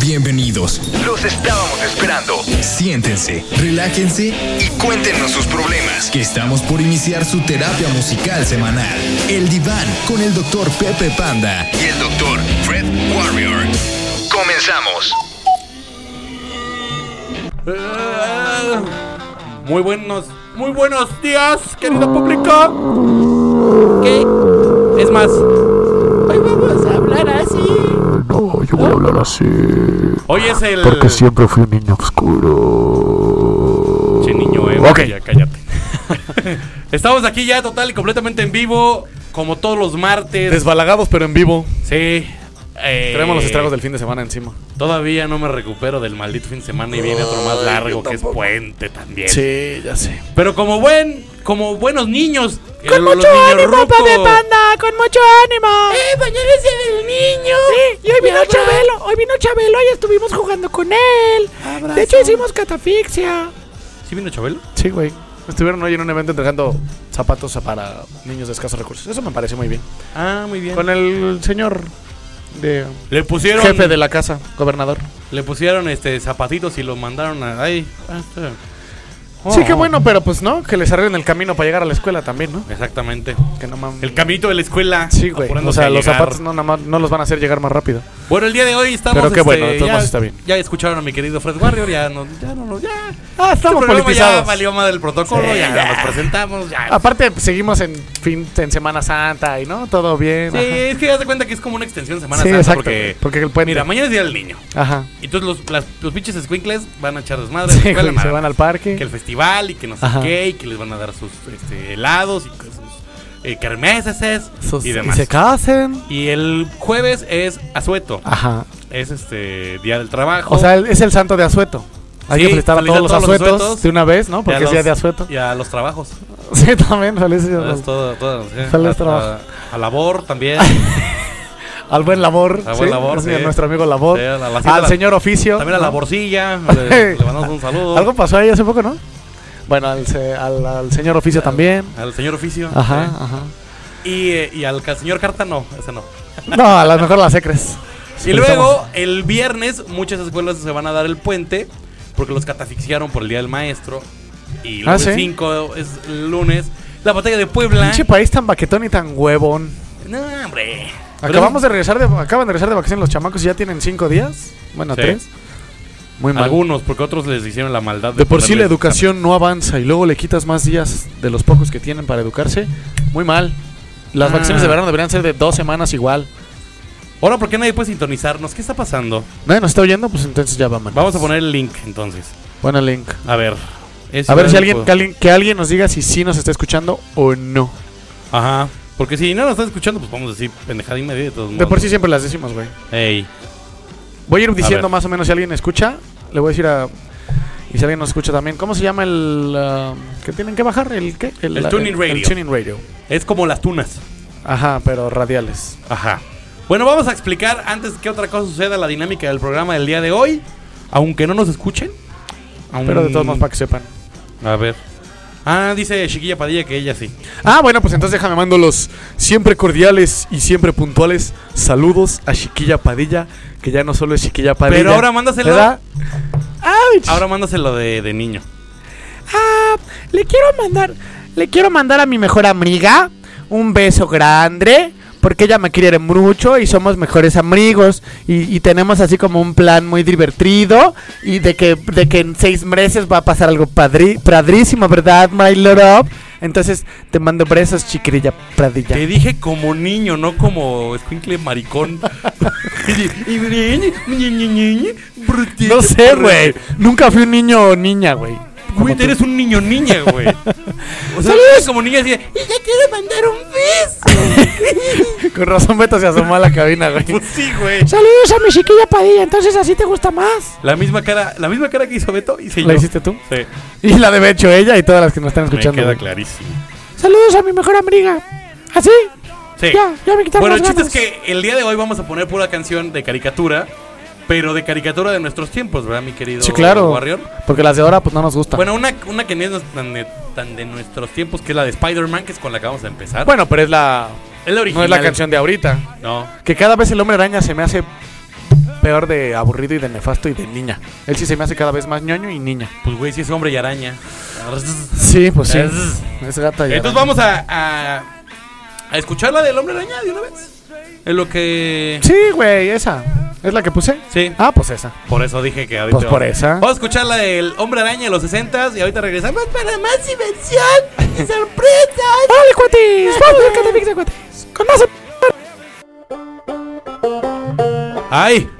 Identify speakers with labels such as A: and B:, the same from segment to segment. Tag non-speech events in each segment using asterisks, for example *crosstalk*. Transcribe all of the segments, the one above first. A: Bienvenidos.
B: Los estábamos esperando.
A: Siéntense, relájense
B: Y cuéntenos sus problemas.
A: que estamos por iniciar su terapia musical semanal. El diván con el doctor Pepe Panda.
B: Y el doctor Fred Warrior. Comenzamos.
C: Eh, Muy buenos, muy buenos días, querido público. ¿Qué? Es más, hoy vamos a hablar así.
D: No, yo voy a hablar así.
C: Hoy es el.
D: Porque siempre fui un niño oscuro.
C: Che, niño, eh.
D: Ok.
C: Ya cállate. *laughs* Estamos aquí ya total y completamente en vivo, como todos los martes.
E: Desbalagados pero en vivo.
C: sí. Eh,
E: Traemos los estragos del fin de semana encima.
C: Todavía no me recupero del maldito fin de semana y viene otro más largo que es puente también.
E: Sí, ya sé.
C: Pero como buen, como buenos niños. Con mucho ánimo, panda,
F: Hoy vino Chabelo, hoy vino Chabelo y estuvimos jugando con él. De hecho hicimos catafixia.
C: ¿Sí vino Chabelo?
E: Sí, güey. Estuvieron hoy en un evento entregando zapatos a- para niños de escasos recursos. Eso me pareció muy bien.
C: Ah, muy bien.
E: Con el señor de
C: Le pusieron
E: jefe de la casa, gobernador.
C: le pusieron este zapatitos y lo mandaron a ahí. Ah, está.
E: Sí, qué bueno, pero pues no, que les arreglen el camino para llegar a la escuela también, ¿no?
C: Exactamente.
E: Que no mames.
C: El caminito de la escuela.
E: Sí, güey. O
C: apurándose
E: sea,
C: a
E: los
C: llegar.
E: zapatos no, nada más- no los van a hacer llegar más rápido.
C: Bueno, el día de hoy estamos.
E: Pero qué bueno, de
C: este,
E: todos
C: ya,
E: modos está bien.
C: Ya escucharon a mi querido Fred Warrior. Ya no, ya no, no, ya.
E: Ah,
C: Este
E: estamos
C: programa Ya
E: politizados. Ah,
C: valió más del protocolo. ya, nos presentamos. Ya.
E: Aparte, seguimos en fin en Semana Santa y no, todo bien.
C: Sí,
E: ajá.
C: es que ya se cuenta que es como una extensión de Semana
E: Sí,
C: Santa
E: exacto,
C: porque,
E: porque el puente.
C: mira, mañana es día del niño.
E: Ajá.
C: Y Entonces los, las- los pinches squinkles van a echar desmadre.
E: Sí,
C: a la escuela,
E: güey, se
C: nada
E: van
C: más.
E: al parque.
C: que el festival y que no sé
E: Ajá.
C: qué y que les van a dar sus este, helados y que sus eh, kermeses
E: Sus-
C: y demás.
E: se casen.
C: Y, el jueves es Azueto,
E: Ajá.
C: es este Día del Trabajo.
E: Ah. O sea, el- es el santo de Azueto. Hay
C: Sí,
E: que felicitar a
C: felicitar
E: todos los
C: a todos los
E: azuetos,
C: azuetos.
E: de una vez, ¿no?
C: Y
E: Porque
C: a
E: es día
C: los-
E: de azueto.
C: Y a los trabajos.
E: *laughs* Sí, también, felicidades.
C: Es todo- todo, sí.
E: Son los
C: A-
E: trabajos.
C: A, a labor también.
E: Al buen labor.
C: Al buen
E: ¿sí?
C: labor,
E: Sí,
C: sí.
E: a nuestro amigo labor.
C: Sí, a la- a la-
E: al señor oficio.
C: también a
E: ¿no?
C: la borcilla.
E: *laughs*
C: Le, le mandamos un saludo.
E: Algo pasó ahí hace poco, ¿no? Bueno, al, se- al- al señor oficio también.
C: Al señor oficio.
E: Ajá,
C: sí.
E: ajá.
C: Y, eh, y al ca- señor Carta no, ese no.
E: No, a lo mejor las secres.
C: Y luego, el viernes, muchas escuelas se van a dar el puente porque los catafixiaron por el Día del Maestro. Y
E: Ah,
C: lunes
E: ¿sí?
C: 5 es el lunes. La batalla de Puebla.
E: Pinche país tan baquetón y tan huevón.
C: No, hombre.
E: Acabamos de regresar de, acaban de regresar de vacaciones los chamacos y ya tienen cinco días. Bueno,
C: Sí.
E: tres. Muy mal.
C: Algunos, porque otros les hicieron la maldad.
E: De por sí la
C: ponerles-
E: educación no avanza y luego le quitas más días de los pocos que tienen para educarse. Muy mal. Las
C: Ah.
E: vacaciones de verano deberían ser de dos semanas igual.
C: Ahora, ¿por qué nadie puede sintonizarnos? ¿Qué está pasando?
E: Nadie nos está oyendo, pues entonces ya vamos.
C: Vamos a poner el link entonces.
E: Bueno, link.
C: A ver. Es
E: A ver si
C: igual,
E: alguien,
C: puedo-
E: que alguien, que alguien nos diga si sí nos está escuchando o no.
C: Ajá. Porque si no nos están escuchando, pues vamos a decir pendejada y media de todos modos.
E: De por sí siempre las decimos, güey.
C: Ey.
E: Voy a ir diciendo
C: ver.
E: más o menos si alguien escucha. Le voy a decir a. Y si alguien nos escucha también. ¿Cómo se llama el. ah, que tienen que bajar? El, ¿qué?
C: El tuning radio.
E: El tuning radio.
C: Es como las tunas.
E: Ajá, pero radiales.
C: Ajá. Bueno, vamos a explicar antes que otra cosa suceda la dinámica del programa del día de hoy. Aunque no nos escuchen. aun-
E: Pero de todos modos, para que sepan.
C: A ver. Ah, dice Chiquilla Padilla que ella sí.
E: Ah, bueno, pues entonces déjame mando los siempre cordiales y siempre puntuales saludos a Chiquilla Padilla, que ya no solo es Chiquilla Padilla.
C: Pero ahora mándaselo.
E: ¿Verdad? ¡Auch!
C: Ahora mándaselo de, de niño.
F: Ah, le quiero mandar, le quiero mandar a mi mejor amiga un beso grande. Porque ella me quiere mucho y somos mejores amigos. Y, y tenemos así como un plan muy divertido. Y de que, de que en seis meses va a pasar algo padri, padrísimo, ¿verdad, my love? Entonces te mando besos, chiquirilla pradilla.
C: Te dije como niño, no como escuincle
E: *laughs*
C: maricón.
F: *laughs*
E: No sé, güey. Nunca fui un niño o niña, güey.
C: Güey,
E: tú.
C: eres un niño niña, güey. O sea, eres como niña así de, "Y ya quiero mandar un beso.
E: *laughs* Con razón Beto se asomó a la cabina, güey.
C: pues sí, güey.
F: Saludos a mi chiquilla Padilla, entonces así te gusta más.
C: La misma cara, la misma cara que hizo Beto hice
E: ¿La
C: yo.
E: hiciste tú?
C: Sí,
E: Y la debe hecho ella y todas las que nos están
C: me
E: escuchando.
C: queda
E: güey.
C: clarísimo.
F: Saludos a mi mejor amiga. ¿Así?
C: Sí.
F: Ya, ya me quitaron
C: Bueno, el
F: las
C: chiste es
F: ganas.
C: que el día de hoy vamos a poner pura canción de caricatura, pero de caricatura de nuestros tiempos, ¿verdad, mi querido
E: Sí, claro.
C: Warrior?
E: Porque las de ahora, pues no nos gustan. Bueno,
C: Bueno, una, una que no es tan de, tan de nuestros tiempos, que es la de Spider-Man, que es con la que vamos a empezar.
E: pero es la.
C: Es la
F: No
C: original.
F: es la canción de ahorita.
C: No.
E: Que cada vez el hombre araña se me hace peor de aburrido y de nefasto y de niña. Él sí se me hace cada vez más ñoño y niña.
C: Pues, güey, sí es hombre y araña.
E: Sí, pues
C: sí.
E: Es gata y
C: Entonces vamos a, a, a escuchar la del hombre araña de una vez. Es lo que.
E: Sí, güey, esa. ¿Es la que puse?
C: Sí.
E: Ah, pues esa.
C: Por eso dije que ahorita.
E: Pues por esa.
C: Vamos a escuchar la del hombre araña de los 60 y ahorita regresamos para más diversión y sorpresas.
E: ¡Órale, cuatis! ¡Vamos al Catepix de cuatis! ¡Con más
C: ¡Ay!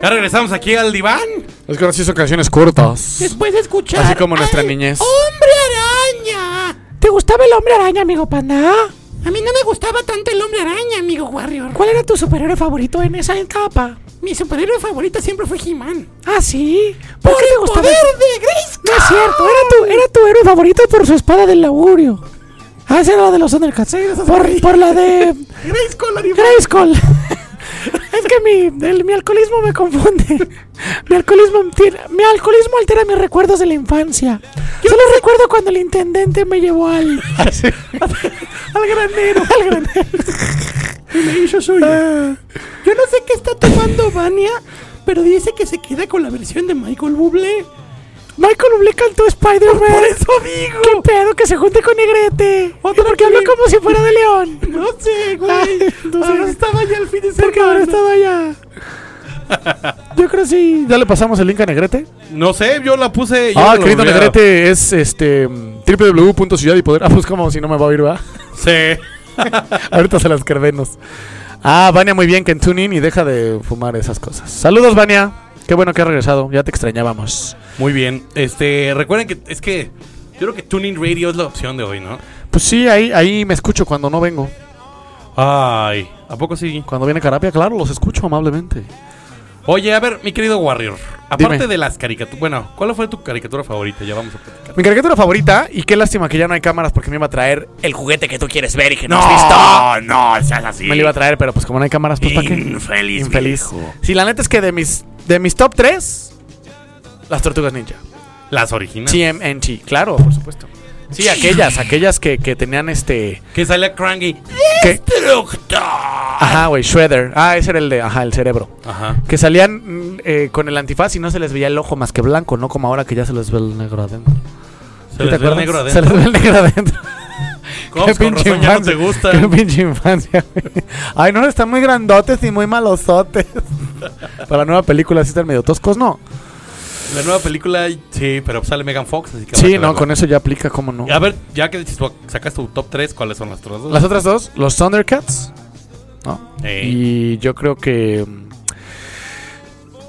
C: Ya regresamos aquí al diván.
F: Es que ahora sí son canciones cortas.
C: Después de escuchar.
F: Así como nuestra niñez.
C: ¡Hombre araña!
E: ¿Te gustaba el hombre araña, amigo panda?
C: A mí no me gustaba tanto el hombre araña, amigo Warrior.
E: ¿Cuál era tu superhéroe favorito en esa etapa?
C: Mi superhéroe favorito siempre fue He-Man.
E: Ah, sí. ¿Por, qué te gustaba?
C: de Grace!
E: No es cierto, era tu, era tu héroe favorito por su espada del augurio. Ah, esa era la de los Thundercats. por, por la de
C: Grace con la
E: Grayskull. es que mi, el- mi alcoholismo me confunde. Mi alcoholismo, altera- mi alcoholismo altera mis recuerdos de la infancia. Solo recuerdo cuando el intendente me llevó al... *laughs* al granero. Al granero.
C: Ah. Yo no sé qué está tomando Vania, pero dice que se queda con la versión de Michael Bublé.
E: Michael Bublé cantó Spider-Man.
C: Por eso digo.
E: ¡Qué pedo que se junte con Negrete!
C: Otro
E: Porque habla
C: también.
E: como si fuera de León.
C: *laughs* No sé,
E: Ay,
C: güey.
E: no sé.
C: Ahora estaba ya el fin de semana.
E: Porque habrá estado allá. Yo creo sí. ¿Ya le pasamos el link a Negrete?
C: No sé, yo la puse. yo
F: Ah,
C: no la
F: querido
C: volví a-
F: Negrete, es este mm, www.ciudad y poder. Ah,
E: *laughs*
F: pues como si no me va a oír, ¿verdad?
C: Sí.
F: Ahorita se las carvenos.
E: Ah, Vania, muy bien que en TuneIn y deja de fumar esas cosas. Saludos, Vania. Qué bueno que has regresado. Ya te extrañábamos.
C: Muy bien. Este, recuerden que es que yo creo que Tuning Radio es la opción de hoy, ¿no?
E: Pues sí, ahí, ahí me escucho cuando no vengo.
C: Ay, ¿a poco sí?
E: Cuando viene Carapia, claro, los escucho amablemente.
C: Oye, a ver, mi querido Warrior, aparte
E: Dime.
C: de las caricaturas, bueno, ¿cuál fue tu caricatura favorita? Ya vamos a platicar.
E: Mi caricatura favorita, y qué lástima que ya no hay cámaras porque me iba a traer el juguete que tú quieres ver y que no, has visto.
G: no seas así.
E: Me lo iba a traer, pero pues como no hay cámaras, pues ¿para qué?
G: Infeliz.
E: Infeliz. Sí, la neta es que de mis, de mis top 3, las tortugas ninja.
C: Las originales.
E: TMNT, claro, por supuesto. Sí, aquellas, aquellas que, que tenían este.
C: Que salía Cranky.
E: que-
G: Ah.
C: Ajá.
E: ajá, güey, Shredder. Ah, ese era el de. Ajá, el cerebro. Que salían mm, eh, con el antifaz y no se les veía el ojo más que blanco, no como ahora que ya se les ve el negro adentro.
C: Se les ve el
E: acuerdas?
C: negro adentro.
E: Se *laughs* les ve el negro adentro.
C: Cops, con razón ya no te gusta.
E: Qué pinche infancia, *laughs* güey. Ay, no, están muy grandotes y
C: *laughs*
E: muy malosotes. Para la nueva película, sí están medio toscos, no.
C: La nueva película, sí, pero sale Megan Fox, así que habrá
E: Sí,
C: que
E: no,
C: verla.
E: con eso ya aplica, cómo no.
C: A ver, ya que tu- sacas tu top 3, ¿cuáles son las otras dos?
E: Las otras dos, los Thundercats. ¿no?
C: Ey.
E: Y yo creo que. mm,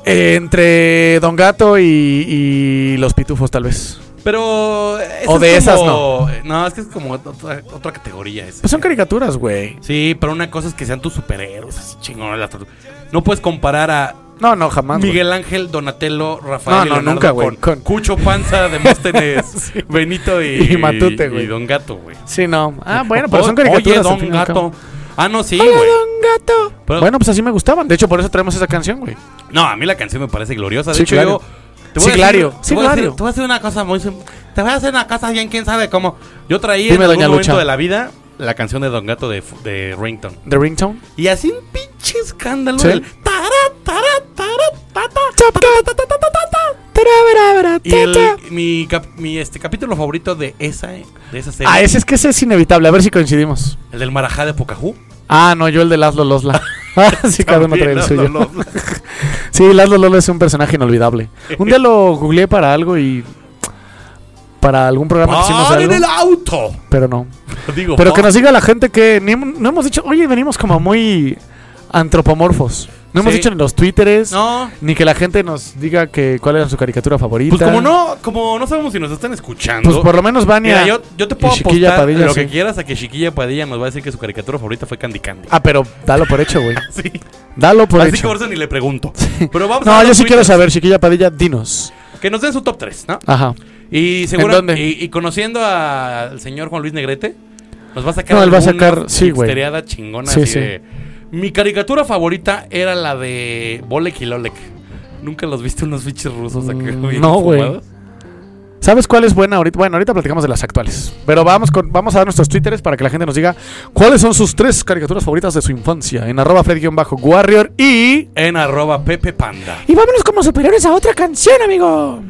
E: eh, entre Don Gato y, y los pitufos, tal vez.
C: Pero. eh,
E: O
C: esa
E: de
C: es
E: esas,
C: como- eh, No, es que es como otra, otra categoría esa.
E: Pues son caricaturas, güey.
C: Sí, pero una cosa es que sean tus superhéroes, así chingones las tortugas. No puedes comparar a
E: No, no, jamás. güey.
C: Miguel Ángel, Donatello, Rafael
E: No,
C: y
E: no,
C: Leonardo
E: nunca, güey,
C: Con,
E: con-
C: Cucho Panza, Demóstenes,
E: *laughs*
C: Benito y,
E: Y Matute, güey.
C: Y Don Gato, güey.
E: Sí, no. Ah, bueno, pero son
C: O- Oye,
E: caricaturas. al
C: Don
E: fin y al
C: Gato.
E: cabo.
C: Ah, no, sí,
E: Hola,
C: güey.
E: Don Gato.
C: Pero-
E: Bueno, pues así me gustaban. De hecho, por eso traemos esa canción, güey.
C: No, a mí la canción me parece gloriosa. De
E: Sí,
C: hecho,
E: claro.
C: yo. te voy a decir- Te voy
E: Siglario,
C: a decir-
E: Siglario.
C: te voy a hacer una cosa muy. sim- Te voy a hacer una cosa bien, quién sabe cómo. Yo traía
E: Dime,
C: en algún
E: doña
C: momento
E: Lucha.
C: de la vida la canción de Don Gato de, F- de Rington.
E: The Ringtone.
C: Y así un pinche escándalo.
E: Sí.
C: del tará, tará, tará, ta, ta,
E: Chapta.
C: ta, ta, ta, ta, ta, ta.
E: Tarabara,
C: Y el-
E: tata.
C: mi, cap- mi, este capítulo favorito de esa, de esa serie.
E: Ah, ese es que ese es inevitable. A ver si coincidimos.
C: El del Marajá de Pocahú.
E: Ah, no, yo el de
C: *laughs*
E: Laszlo Losla. Ah, sí, cada uno trae el
C: También,
E: suyo.
C: no, no, no.
E: *laughs* Sí, Laszlo Lolo es un personaje inolvidable. Un día lo googleé para algo y. Para algún programa que hicimos
C: ¡Paren
E: algo,
C: el auto! *laughs*
E: Pero no.
C: Digo,
E: Pero que
C: no-
E: nos diga la gente que. ni hem- no hemos dicho. Oye, venimos como muy antropomorfos. No hemos
C: Sí.
E: dicho en los twitteres.
C: No.
E: Ni que la gente nos diga que cuál era su caricatura favorita.
C: Pues como no, como no sabemos si nos están escuchando.
E: Pues por lo menos Vania.
C: Mira, yo, yo te puedo
E: y Chiquilla
C: apostar
E: Padilla,
C: lo
E: sí.
C: que quieras a que Chiquilla Padilla nos va a decir que su caricatura favorita fue Candy Candy.
E: Ah, pero dalo por hecho, güey.
C: Sí.
E: Dalo por
C: Así que
E: hecho.
C: por eso ni le pregunto. Pero vamos a
E: No,
C: ver
E: yo
C: los
E: sí quiero
C: Twitters.
E: saber, chiquilla Padilla, dinos.
C: Que nos den su top 3, ¿no?
E: Ajá.
C: Y seguro
E: ¿En dónde?
C: Y, y conociendo a- al señor Juan Luis Negrete, nos va a sacar
E: No, él va a
C: alguna
E: sacar- sí, güey.
C: hipstereada chingona
E: Sí,
C: así
E: sí.
C: de- Mi caricatura favorita era la de Bolek y Lolek. Nunca los viste unos bichos rusos acá
E: Mm,
C: bien
E: no, güey.
C: fumados?
E: ¿Sabes cuál es buena ahorita? Bueno, ahorita platicamos de las actuales. Pero vamos con, vamos a dar nuestros twitters para que la gente nos diga cuáles son sus tres caricaturas favoritas de su infancia. En arroba Fred-Warrior y.
H: En arroba Pepe Panda.
E: Y vámonos como superiores a otra canción, amigo.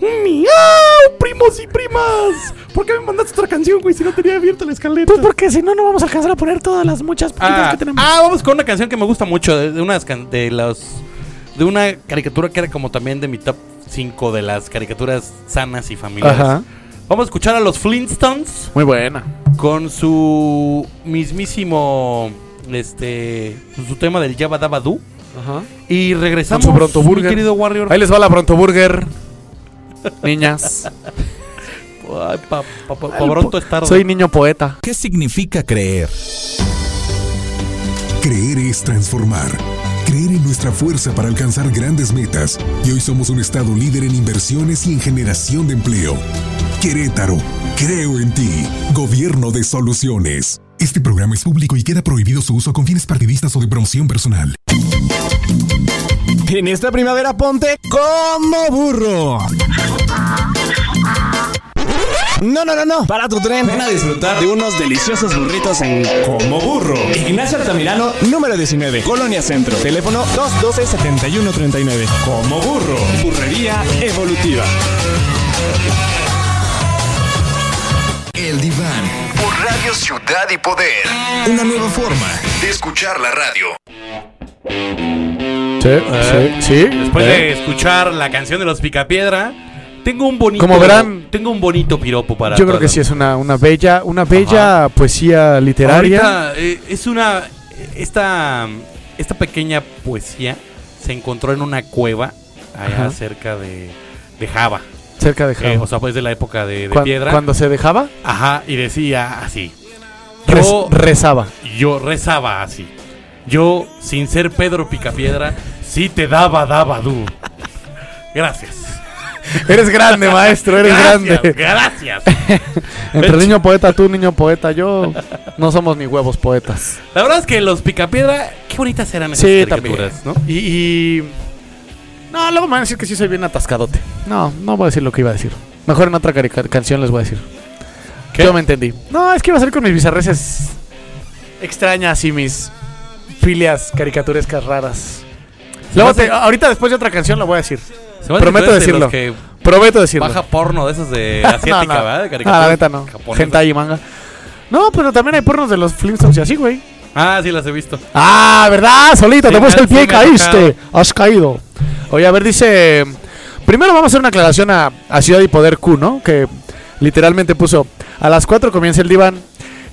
H: ¡Miau, primos y primas! ¿Por qué me mandaste otra canción, güey, si no tenía abierta la escaleta?
E: Pues porque si no, no vamos a alcanzar a poner todas las muchas poquitas
C: Ah,
E: que tenemos.
C: ah, vamos con una canción que me gusta mucho. De, de unas can- de las. De una caricatura que era como también de mi top 5 de las caricaturas sanas y familiares.
E: Ajá.
C: Vamos a escuchar a los Flintstones
E: Muy buena.
C: con su mismísimo. Este. Su tema del Jabba Dabba Doo. Y regresamos.
H: Con su Bronto
C: mi
H: Burger.
C: querido Warrior.
H: Ahí les va la Pronto Burger.
E: *laughs*
H: Niñas.
C: Ay, pa- pa- pa- pa- Bronto es tarde.
E: Soy niño poeta.
I: ¿Qué significa creer?
J: Creer es transformar. Creer en nuestra fuerza para alcanzar grandes metas. Y hoy somos un estado líder en inversiones y en generación de empleo. Querétaro, creo en ti. Gobierno de soluciones. Este programa es público y queda prohibido su uso con fines partidistas o de promoción personal.
F: En esta primavera ponte como burro. No, no, no, no. Para tu tren. Ven a disfrutar de unos deliciosos burritos en Como Burro. Ignacio Altamirano, número 19, Colonia Centro. Teléfono 212-7139. Como Burro. Burrería evolutiva.
I: El diván.
B: Por Radio Ciudad y Poder.
I: Una nueva forma.
B: De escuchar la radio.
E: Sí,
C: Eh,
E: sí,
C: Después de escuchar la canción de los Picapiedra, tengo un bonito.
E: Como verán,
C: tengo un bonito piropo para.
E: Yo creo
C: todas
E: que
C: las-
E: sí es una, una bella, una bella poesía literaria.
C: Ahorita, eh, es una. Esta, esta pequeña poesía se encontró en una cueva allá
E: Ajá.
C: cerca de, de Java.
E: cerca de
C: Eh,
E: Java.
C: o sea, pues de la época de, de
E: Cuan-
C: piedra.
E: Cuando se dejaba,
C: Ajá, y decía así.
E: rez-
C: Yo, *laughs*
E: rezaba.
C: yo rezaba así. Yo, sin ser Pedro Picapiedra, sí te daba, daba, du. Gracias.
E: Eres grande, maestro, eres
C: gracias,
E: grande.
C: gracias.
E: Entre niño poeta, tú niño poeta, yo no somos ni huevos poetas.
C: La verdad es que los Picapiedra, qué bonitas eran esas
E: Sí,
C: caricaturas,
E: también. Y, y- No, luego me van a decir que sí soy bien atascadote. No, no voy a decir lo que iba a decir. Mejor en otra carica- canción les voy a decir.
C: ¿Qué?
E: Yo me entendí. No, es que iba a ser con mis bizarreces extrañas y mis filias caricaturescas raras. Luego
C: hace-
E: te- ahorita después de otra canción lo voy a decir.
C: ¿no? Se me hace que
E: Prometo
C: tú eres de
E: decirlo.
C: los que
E: Prometo decirlo. *laughs*
C: baja porno de esas de asiática,
E: no, no.
C: ¿verdad? De
E: Ah,
C: caricatura
E: la neta no.
C: japonesa.
E: Hentai y manga. No, pero también hay pornos de los Flintstones y así, güey.
C: Ah, sí las he visto.
E: Ah, ¿verdad? Solito,
C: Sí,
E: te puse
C: me-
E: el pie
C: sí
E: y
C: me ha
E: caíste. Has caído. Oye, a ver, dice. Primero vamos a hacer una aclaración a, a Ciudad y Poder Q, ¿no? Que literalmente puso. A las 4 comienza el diván.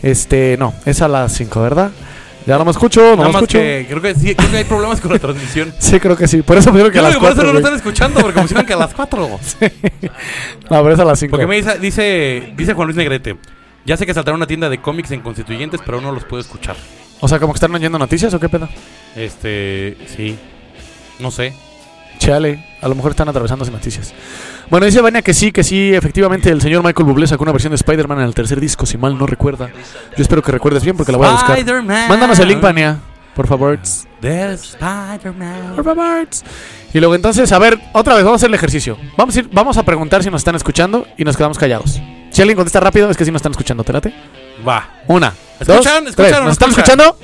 E: Este, no, es a las 5, ¿verdad? Ya no me escucho,
C: Nada
E: no me
C: más
E: escucho.
C: que creo que, sí, creo que hay problemas con la transmisión.
E: Sí, creo que sí. Por eso me dijeron *laughs* que
C: Yo
E: a
C: creo
E: las
C: que por eso
E: 4.
C: no lo
E: güey.
C: están escuchando, porque pusieron que a las 4.
E: *laughs* No, pero es a las 5.
C: Porque me dice, dice, dice Juan Luis Negrete, ya sé que saltaron una tienda de cómics en Constituyentes, pero aún no los puedo escuchar.
E: O sea, como que están oyendo noticias o qué pedo.
C: Este, sí, no sé.
E: Chale, a lo mejor están atravesando sin noticias. Bueno, dice Vania que sí, que sí, efectivamente el señor Michael Bublé sacó una versión de Spider-Man en el tercer disco, si mal no recuerda. Yo espero que recuerdes bien porque la voy a buscar.
C: Spider-Man.
E: Mándanos el link, Vania, por favor.
C: There's Spider-Man.
E: Por favor. Y luego entonces, a ver, otra vez, vamos a hacer el ejercicio. Vamos a, ir- vamos a preguntar si nos están escuchando y nos quedamos callados. Si alguien contesta rápido, es que sí nos están escuchando, ¿te late?
C: Va.
E: Una,
C: ¿Escucharon?
E: dos,
C: ¿Escucharon?
E: tres. ¿Nos están
C: ¿Escuchan?
E: escuchando?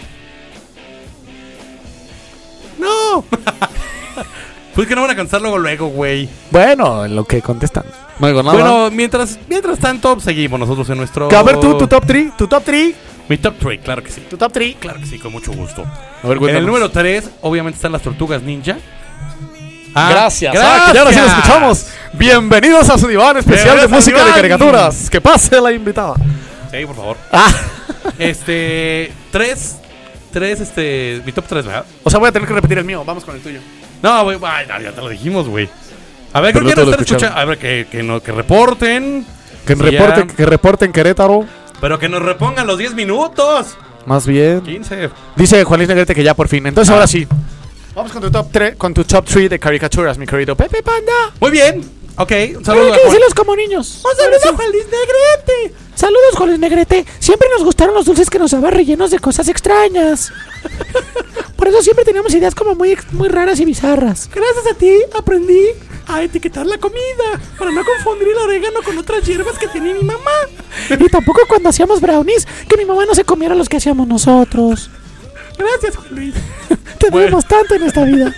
C: No. pues que no van a cansar luego, luego, güey.
E: Bueno, en lo que contestan. No digo nada.
C: Bueno, mientras, mientras tanto, seguimos nosotros en nuestro...
E: Ah, a ver tú, tu top 3, tu top 3,
C: Mi top 3, claro que sí.
E: tu top 3.
C: Claro que sí, con mucho gusto.
E: A
C: En
E: ver,
C: el
E: cuéntanos.
C: número 3, obviamente están las tortugas ninja. Ah,
E: Gracias. Ah, que ya ahora sí lo escuchamos. Bienvenidos a su diván especial
C: Bienvenidos a
E: de
C: su
E: música de
C: diván.
E: caricaturas. Que pase la invitada.
C: Sí, por favor.
E: Ah,
C: Este. 3. 3, este. Mi top 3, ¿verdad?
E: o sea, voy a tener que repetir el mío. Vamos con el tuyo.
C: No, güey. ay, no, Ya te lo dijimos, güey. A ver,
E: Pero
C: creo que
E: no
C: nos
E: todos lo
C: están escuchando.
E: escucharon.
C: A ver, que, que, no- que reporten.
E: Que,
C: Sí,
E: reporten,
C: ya.
E: que reporten Querétaro.
C: Pero que nos repongan los 10 minutos.
E: Más bien.
C: 15.
E: Dice Juan Luis Negrete que ya por fin. Entonces ahora sí. Ah. Vamos con tu top 3, con tu top 3 de caricaturas, mi querido Pepe Panda.
C: Muy bien. Ok, un saludo.
E: Hay
C: a
E: que
C: Juan-
E: decirlos como niños. Un saludo a Juan Luis Negrete. Saludos, Juan Luis Negrete. Siempre nos gustaron los dulces que nos daban rellenos de cosas extrañas. Por eso siempre teníamos ideas como muy, muy raras y bizarras. Gracias a ti aprendí
C: a etiquetar la comida para no confundir el orégano con otras hierbas que tenía mi mamá.
E: Y tampoco cuando hacíamos brownies, que mi mamá no se comiera los que hacíamos nosotros.
C: Gracias, Juan Luis.
E: Te debemos tanto en esta vida.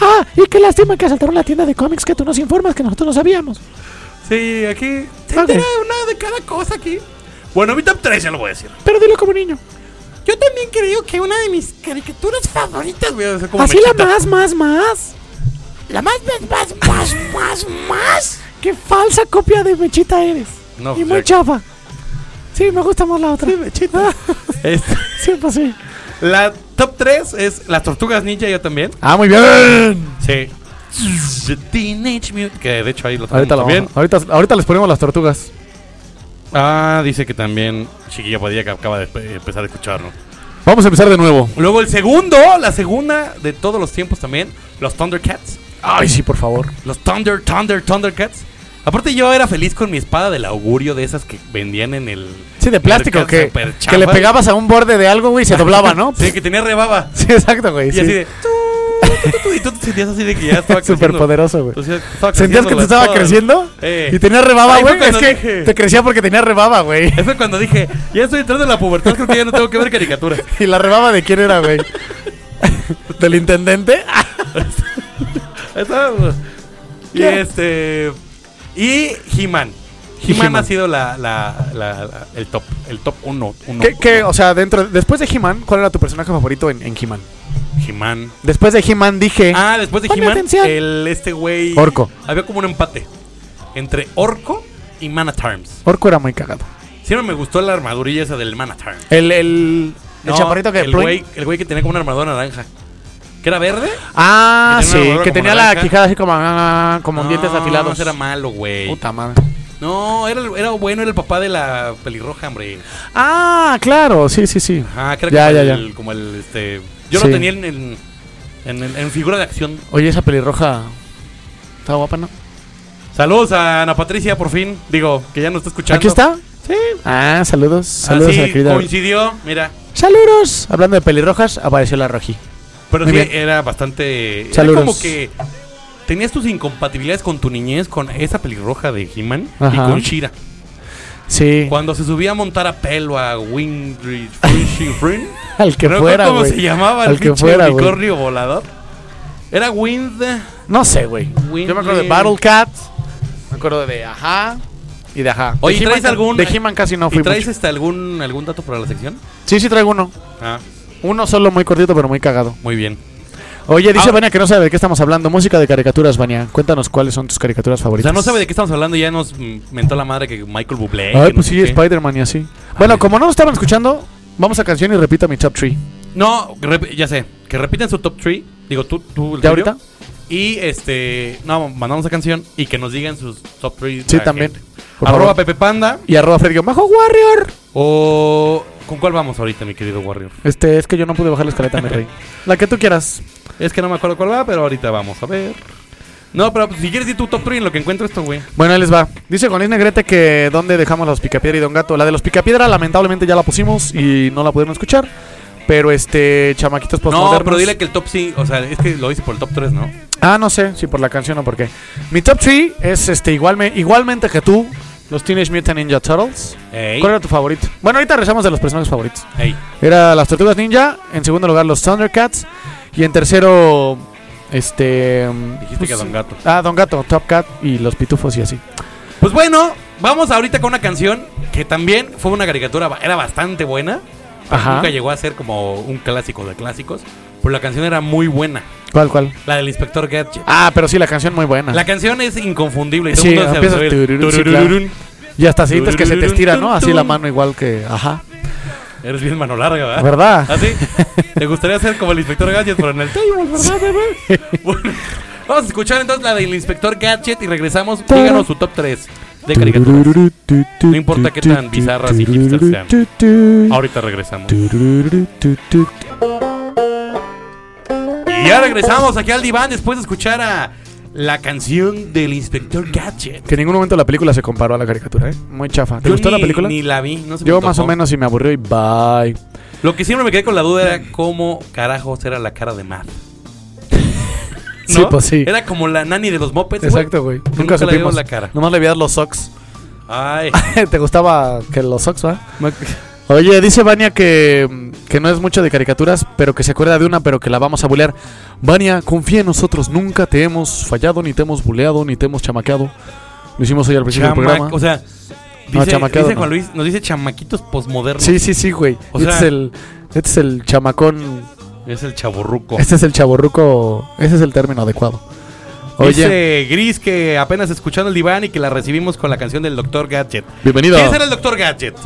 E: Ah, y qué lástima que asaltaron la tienda de cómics que tú nos informas que nosotros no sabíamos.
C: *laughs* Sí, aquí se
E: Ok.
C: entera una de cada cosa aquí. Bueno, mi top 3 ya lo voy a decir.
E: Pero dilo como niño.
C: Yo también creo que una de mis caricaturas favoritas, güey, o sea, como
E: Así
C: mechita.
E: la más, más, más.
C: La más, más, más, más, más, más.
E: Qué falsa copia de Mechita eres.
C: No, pues,
E: y muy
C: o sea,
E: chafa. Sí, me gusta más la otra. Sí, Mechita.
C: este,
E: Siempre *laughs* sí.
C: *laughs* la top 3 es Las Tortugas Ninja, yo también.
E: Ah, muy bien.
C: Sí. The Teenage Mutant. Que de hecho ahí lo tenemos
K: Ahorita, la
C: también.
K: vamos a- ahorita, ahorita les ponemos las tortugas.
C: Ah, dice que también Chiquilla Padilla que acaba de
E: eh,
C: empe- empezar a escucharlo.
K: Vamos a empezar de nuevo.
C: Luego el segundo, la segunda de todos los tiempos también, los Thundercats.
K: Ay, sí, por favor.
C: Los Thunder, Thunder, Thundercats. Aparte yo era feliz con mi espada del augurio de esas que vendían en el...
E: Sí, de plástico,
C: mercado
E: que,
C: super
E: que le
C: chafa.
E: pegabas a un borde de algo, güey, y se doblaba, ¿no?
C: Sí, que tenía rebaba.
E: *laughs* Sí, exacto, güey.
C: Y
E: Sí.
C: así de... Y tú te sentías así de que ya estaba creciendo.
E: Superpoderoso, güey.
C: O sea, estaba
E: ¿Sentías
C: creciendo
E: que
C: la
E: te estaba
C: espada.
E: creciendo?
C: Eh.
E: Y tenía rebaba,
C: Ahí fue
E: güey. Es
C: cuando
E: que
C: dije-
E: te crecía porque tenía rebaba, güey. *laughs*
C: Eso fue cuando dije, ya estoy entrando en la pubertad, creo que ya no tengo que ver caricaturas.
E: ¿Y la rebaba de quién era, güey? *laughs* ¿Del intendente? Ah,
C: Eso. pues. Y
E: ¿Qué?
C: este. Y He-Man.
E: Y
C: He-Man ha
E: He-Man.
C: sido la, la, la- la- el top. El top 1.
E: ¿Qué, qué, o sea, dentro, después de He-Man, ¿cuál era tu personaje favorito en, en He-Man?
C: He-Man.
E: Después de He-Man dije...
C: Ah, después de
E: Ponme
C: He-Man,
E: atención.
C: el este güey.
E: Orco.
C: Había como un empate. Entre Orco y Man at Arms.
E: Orco era muy cagado.
C: Siempre me gustó la armadurilla esa del Man at Arms.
E: El, el, el
C: No,
E: chaparrito que...
C: el
E: pluin-
C: güey, el güey que tenía como una armadura naranja. ¿Que era verde?
E: Ah,
C: que tenía una
E: sí,
C: barba
E: que
C: como
E: tenía la
C: naranja.
E: quijada así como, ah, como
C: No,
E: dientes afilados.
C: Era malo, güey.
E: Puta madre.
C: No, era, el- era bueno, era el papá de la pelirroja, hombre.
E: Ah, claro, sí, sí, sí.
C: Ajá, Ah, creo
E: Ya,
C: que
E: ya,
C: como,
E: ya.
C: El, como el, este. Yo
E: Sí.
C: lo tenía en, en, en- en- en figura de acción.
E: Oye, esa pelirroja... Está guapa, ¿no?
C: Saludos a Ana Patricia, por fin. Digo, que ya nos está escuchando.
E: ¿Aquí está?
C: Sí.
E: Ah, saludos. Saludos
C: Saludos
E: a la querida...
C: coincidió, mira.
E: Saludos. Hablando de pelirrojas, apareció la roji.
C: Pero
E: Muy
C: sí,
E: bien.
C: era bastante. era
E: Saludos.
C: como que tenías tus incompatibilidades con tu niñez, con esa pelirroja de He-Man y
E: Ajá.
C: con Shira.
E: Sí.
C: Cuando se subía a montar a pelo a Wingrid
E: *laughs*
C: Frinchy Frin.
E: Al que
C: no
E: fuera,
C: ¿Cómo
E: güey.
C: se llamaba el
E: Al que
C: pinche
E: fuera, güey.
C: unicornio volador? Era Wind.
E: No sé, güey.
C: Win-
E: Yo me acuerdo de
C: Win-
E: Battle Cat. Me acuerdo de Ajá. Y de Ajá.
C: Oye,
E: de He-Man
C: ¿traes
E: ca-
C: algún-
E: De He-Man casi no
C: ¿Y
E: fui.
C: traes
E: mucho.
C: hasta algún, algún dato para la sección?
E: Sí, sí traigo uno.
C: Ah,
E: Uno solo muy cortito, pero muy cagado.
C: muy bien.
E: Oye, dice
C: Ah.
E: Vania que no sabe de qué estamos hablando. Música de caricaturas, Vania. Cuéntanos cuáles son tus caricaturas
C: O
E: favoritas.
C: sea, no sabe de qué estamos hablando, ya nos mm, mentó la madre que Michael Bublé. que
E: Ay,
C: no
E: pues
C: sé
E: sí,
C: qué.
E: Spider-Man y así. Bueno, como no nos estaban escuchando, vamos a canción y repito mi top 3.
C: No, rep- ya sé, que repiten su top 3. Digo, tú, tú, el
E: ¿Ya
C: tuyo.
E: ahorita?
C: Y este, no, mandamos la canción y que nos digan sus top 3.
E: Sí, también. Por
C: Arroba
E: favor.
C: Pepe Panda.
E: Y arroba Freddy Bajo Warrior.
C: O. ¿Con cuál vamos ahorita, mi querido Warrior?
E: Este, es que yo no pude bajar la escaleta, mi rey. La que tú quieras.
C: Es que no me acuerdo cuál va, pero ahorita vamos a ver. No, pero pues, si quieres ir tu top 3 en lo que encuentro esto, güey.
E: Bueno, ahí les va. Dice Juanis Negrete que dónde dejamos los Picapiedra y Don Gato. La de los Picapiedra, lamentablemente ya la pusimos y no la pudieron escuchar. Pero este, chamaquitos
C: No,
E: postmodernos.
C: pero dile que el top 5, o sea, es que lo hice por el top 3, ¿no?
E: Ah, no sé si por la canción o por qué. Mi top 3 es este, igualme, igualmente que tú, los Teenage Mutant Ninja Turtles.
C: Ey,
E: ¿Cuál era tu favorito? Bueno, ahorita regresamos de los personajes favoritos.
C: ey.
E: Era las Tortugas Ninja, en segundo lugar los Thundercats y en tercero este
C: Dijiste
E: pues,
C: que Don Gato.
E: Ah, Don Gato, Top Cat y los Pitufos y así.
C: Pues bueno, vamos ahorita con una canción que también fue una caricatura, ba- era bastante buena. pero
E: Ajá.
C: Pues Nunca llegó a ser como un clásico de clásicos, pero la canción era muy buena,
E: ¿Cuál cuál?
C: la del Inspector Gadget.
E: Ah, pero sí, la canción muy buena.
C: La canción es inconfundible y todo
E: Ah. Sí,
C: el mundo
E: empieza
C: sabe
E: tururú, sí,
C: Turururún.
E: Y hasta sientes que se te estira, ¿no?
C: Turururun,
E: Así la
C: tun.
E: mano igual que... Ajá.
C: Eres bien mano larga, ¿verdad?
E: ¿Verdad?
C: ¿Así? ¿Te gustaría ser como el Inspector Gadget, pero en el table, verdad, bebé?
E: *laughs*
C: Bueno, vamos a escuchar entonces la del Inspector Gadget y regresamos. Díganos su top 3 de caricaturas.
L: No
C: importa qué tan bizarras y hipsters sean. Ahorita regresamos. Y ya regresamos aquí al diván después de escuchar a la canción del Inspector Gadget.
E: Que en ningún momento la película se comparó a la caricatura, ¿eh? Muy chafa. ¿Te
C: Yo
E: gustó la
C: ni-
E: película?
C: Ni la vi, no se me
E: Yo más
C: antojó.
E: o menos y me aburrió y bye. *laughs*
C: Lo que siempre me quedé con la duda era cómo carajos era la cara de Matt. ¿no?
E: Sí, pues sí.
C: Era como la nani de los mopeds.
E: Exacto, güey.
C: Nunca,
E: Nunca,
C: le vimos
E: supimos.
C: la cara.
E: Nomás le veías los socks.
C: Ay,
E: *laughs* ¿Te gustaba que los socks, va?
F: Oye, dice Vania que, que no es mucho de caricaturas, pero que se acuerda de una, pero que la vamos a bulear.
E: Vania, confía en nosotros. Nunca te hemos fallado, ni te hemos buleado, ni te hemos chamaqueado. Lo hicimos hoy al principio del
C: chama-
E: programa.
C: o sea,
E: No,
C: dice,
E: chamaqueado
C: dice
E: no.
C: Juan Luis, nos dice chamaquitos posmodernos.
E: sí, sí, sí, güey.
C: O
E: Este
C: sea-
E: es el. Este es el chamacón.
C: Es el chaborruco.
E: Este es el chaborruco. Ese es el término adecuado. Oye,
C: Dice Gris que apenas escuchando el diván y que la recibimos con la canción del Doctor Gadget.
E: bienvenido.
C: ¿Quién será el Doctor Gadget?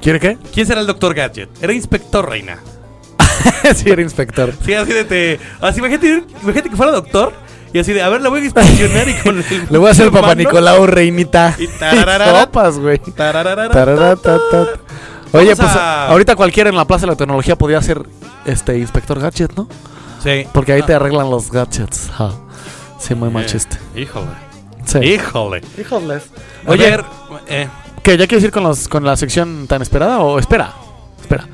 E: ¿Quiere qué? *laughs*
C: ¿Quién será el Doctor Gadget? Era inspector, reina.
E: sí, era inspector.
C: Sí, así de te. Así, imagínate, imagínate que fuera doctor y así de, a ver, la voy a inspeccionar y con el.
E: *laughs* Le voy a hacer papá
C: mano,
E: Nicolau, reinita.
C: Y tararara.
E: *laughs* Sopas, güey.
C: tarararara,
E: Tararatatat. Oye,
C: Vamos
E: pues
C: a-
E: ahorita cualquiera en la Plaza de la Tecnología podía ser este inspector gadget, ¿no?
C: Sí.
E: Porque ahí te arreglan los gadgets. Ja. Sí, muy mal
C: Ah. Eh,
E: chiste.
C: Híjole.
E: Sí.
C: Híjole.
E: Híjoles.
C: A
E: Oye,
C: ver, eh,
E: ¿qué, ¿ya quieres ir con, los, con la sección tan esperada o espera? Espera.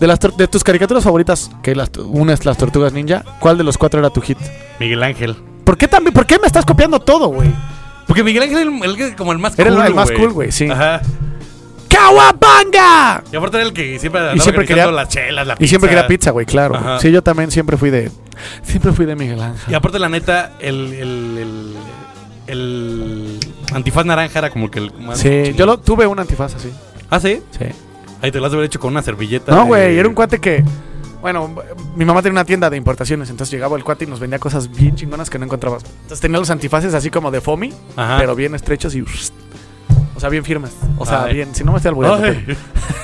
E: De, las tor- de tus caricaturas favoritas, que las, una es las tortugas ninja, ¿cuál de los cuatro era tu hit?
C: Miguel Ángel.
E: ¿Por qué, también, ¿por qué me estás copiando todo, güey?
C: Porque Miguel Ángel era el, el- como el más
E: Era el-
C: cool.
E: el más cool, güey, sí.
C: Ajá.
E: ¡Kawabanga!
C: Y aparte era el que siempre andaba
E: siempre
C: organizando
E: quería-
C: las chelas, la
E: Y siempre
C: pizza.
E: quería pizza, güey, claro.
C: Ajá.
E: Sí, yo también siempre fui de. Siempre fui de Miguel
C: Y
E: Ángel.
C: aparte, la neta, el. el, el, el antifaz naranja era como que el más
E: Sí,
C: chingón.
E: yo lo, tuve un antifaz así.
C: ¿Ah, sí?
E: Sí.
C: Ahí te lo has de haber hecho con una servilleta.
E: No,
C: de-
E: güey, era un cuate que. Bueno, mi mamá tenía una tienda de importaciones, entonces llegaba el cuate y nos vendía cosas bien chingonas que no encontrabas. Entonces tenía los antifaces así como de foamy,
C: Ajá.
E: pero bien estrechos y. O sea, bien firmes. O sea,
C: Ay.
E: bien. Si no me estoy albureando.
C: Ay.
E: Pero, pero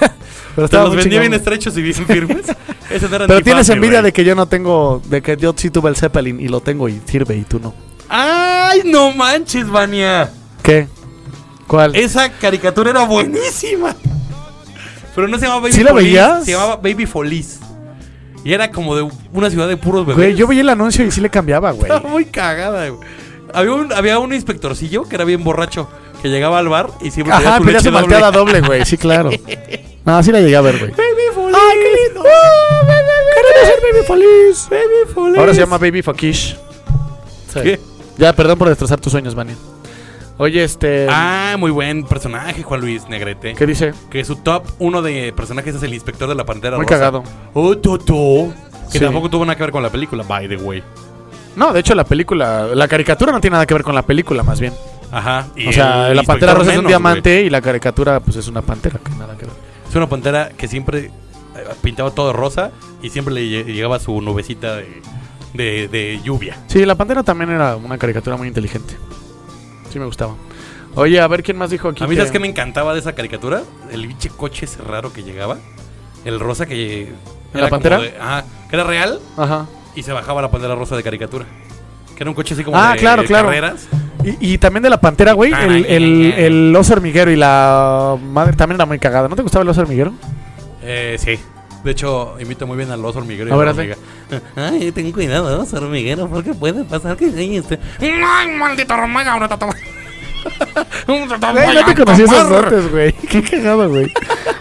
C: Te
E: estaba
C: los
E: muy
C: vendía
E: chingón,
C: bien
E: güey.
C: estrechos y bien
E: *laughs*
C: firmes. Ese no era
E: Pero
C: antifaz,
E: tienes
C: mi
E: envidia
C: rey.
E: de que yo no tengo. De que yo sí tuve el Zeppelin y lo tengo y sirve y tú no.
C: ¡Ay, no manches, Vania!
E: ¿Qué? ¿Cuál?
C: Esa caricatura era buenísima. Pero no se llamaba Baby
E: ¿Sí la
C: Feliz,
E: veías?
C: Se llamaba Baby Feliz. Y era como de una ciudad de puros bebés.
E: Güey, yo veía el anuncio y sí le cambiaba,
C: *laughs*
E: güey.
C: Estaba muy cagada, güey. Había un, había un inspectorcillo que era bien borracho, que llegaba al bar y siempre
E: Ajá,
C: su leche
E: pero ya se
C: doble.
E: malteada doble, güey.
C: *laughs*
E: Sí, claro. No, sí la llegué a ver, güey.
C: Baby Feliz.
E: ¡Ay, qué lindo! ¡Queremos ser Baby Feliz!
C: Baby Feliz.
E: Ahora se llama Baby Fakish. Sí.
C: ¿Qué?
E: Ya, perdón por destrozar tus sueños, Manny. Oye, este.
C: Ah, muy buen personaje, Juan Luis Negrete.
E: ¿Qué dice?
C: Que su top uno de personajes es el inspector de la pantera
E: Muy
C: rosa.
E: cagado.
C: Oh, Toto. Que
E: Sí.
C: tampoco tuvo nada que ver con la película, by the way.
E: No, de hecho, la película. La caricatura no tiene nada que ver con la película, más bien.
C: Ajá. y
E: o sea,
C: el
E: la pantera
C: inspector
E: rosa es un
C: menos,
E: diamante y la caricatura, pues es una pantera. Que nada que ver.
C: güey. Es una pantera que siempre eh, pintaba todo de rosa y siempre le lle- llegaba su nubecita de, de- de lluvia.
E: Sí, la pantera también era una caricatura muy inteligente. Sí, me gustaba. Oye, a ver quién más dijo aquí.
C: A mí,
E: que-
C: ¿sabes qué me encantaba de esa caricatura? El pinche coche ese raro que llegaba. El rosa que.
E: la
C: era como
E: pantera?
C: de- ajá. Que era real
E: Ajá.
C: y se bajaba la pantera rosa de caricatura. Que era un coche así como
E: Ah,
C: de
E: claro, claro.
C: carreras.
E: Y, y también de la pantera, güey,
C: Ah,
E: el, el, el oso hormiguero y la madre también era muy cagada. ¿No te gustaba el oso hormiguero?
C: Eh, sí. De hecho, imita muy bien al oso hormiguero. y
E: A
C: a
E: ver,
C: la
E: hazle.
C: hormiga. *laughs* Ay, ten cuidado, oso hormiguero, porque puede pasar que hay este. ¡Ay, maldito hormiga! ahora te tomo- Ah,
E: Güey, no te conocí esos dotes, güey. *laughs* Qué cagado, güey.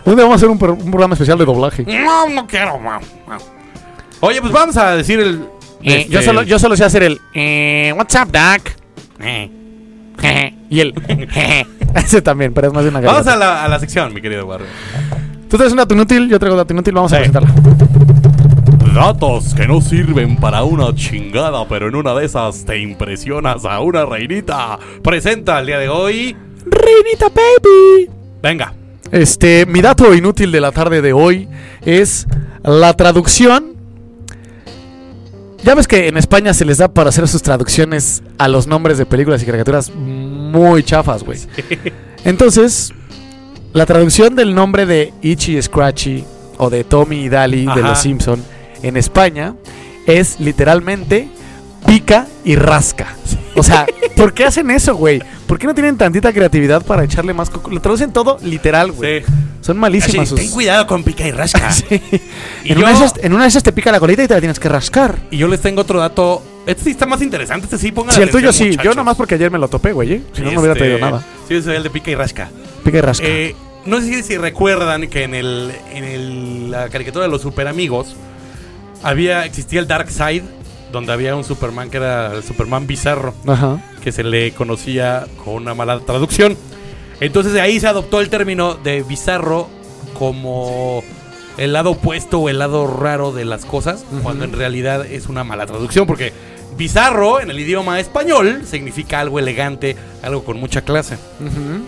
E: ¿Dónde vamos a hacer un, pro- un programa especial de doblaje?
C: No, no quiero, ma. Oye, pues vamos a decir el.
F: Eh, yo,
C: este,
F: solo, yo solo sé hacer el. Eh, what's up, Doc?
C: eh. *laughs*
F: y el.
E: *laughs* Ese también, pero es más de una
C: Vamos
E: cagada.
C: a la, a la sección, mi querido Barrio.
E: Tú traes un dato inútil, yo traigo dato inútil, vamos a
C: Sí.
E: presentarlo.
C: Datos que no sirven para una chingada, pero en una de esas te impresionas a una reinita. Presenta el día de hoy.
E: Reinita Baby.
C: Venga.
E: Este, mi dato inútil de la tarde de hoy es la traducción. Ya ves que en España se les da para hacer sus traducciones a los nombres de películas y caricaturas muy chafas, güey. Entonces, la traducción del nombre de Itchy y Scratchy o de Tommy y Dali
C: Ajá.
E: de Los Simpson en España es literalmente pica y rasca. O sea, ¿por qué hacen eso, güey? ¿Por qué no tienen tantita creatividad para echarle más coco? Lo traducen todo literal, güey.
C: Sí.
E: Son
C: Así,
E: malísimas sus...
C: ten cuidado con pica y *laughs* rasca.
E: Sí.
C: Y yo-
E: En, una de esas, en una de esas te pica la colita y te la tienes que rascar.
C: Y yo les tengo otro dato. Este sí está más interesante. Este sí, pongan
E: Si el tuyo sí,
C: atención,
E: yo
C: muchachos.
E: nomás porque ayer me lo topé, güey. ¿eh? Si no, no hubiera
C: Este,
E: traído nada. Pues
C: Sí, soy el de pica y rasca.
E: Pica y rasca.
C: Eh, no sé si, si recuerdan que en, el, en el- la caricatura de los super amigos había, existía el Dark Side donde había un Superman que era el Superman bizarro,
E: Ajá.
C: que se le conocía con una mala traducción. Entonces de ahí se adoptó el término de bizarro como el lado opuesto o el lado raro de las cosas, cuando en realidad es una mala traducción, porque bizarro en el idioma español significa algo elegante, algo con mucha clase.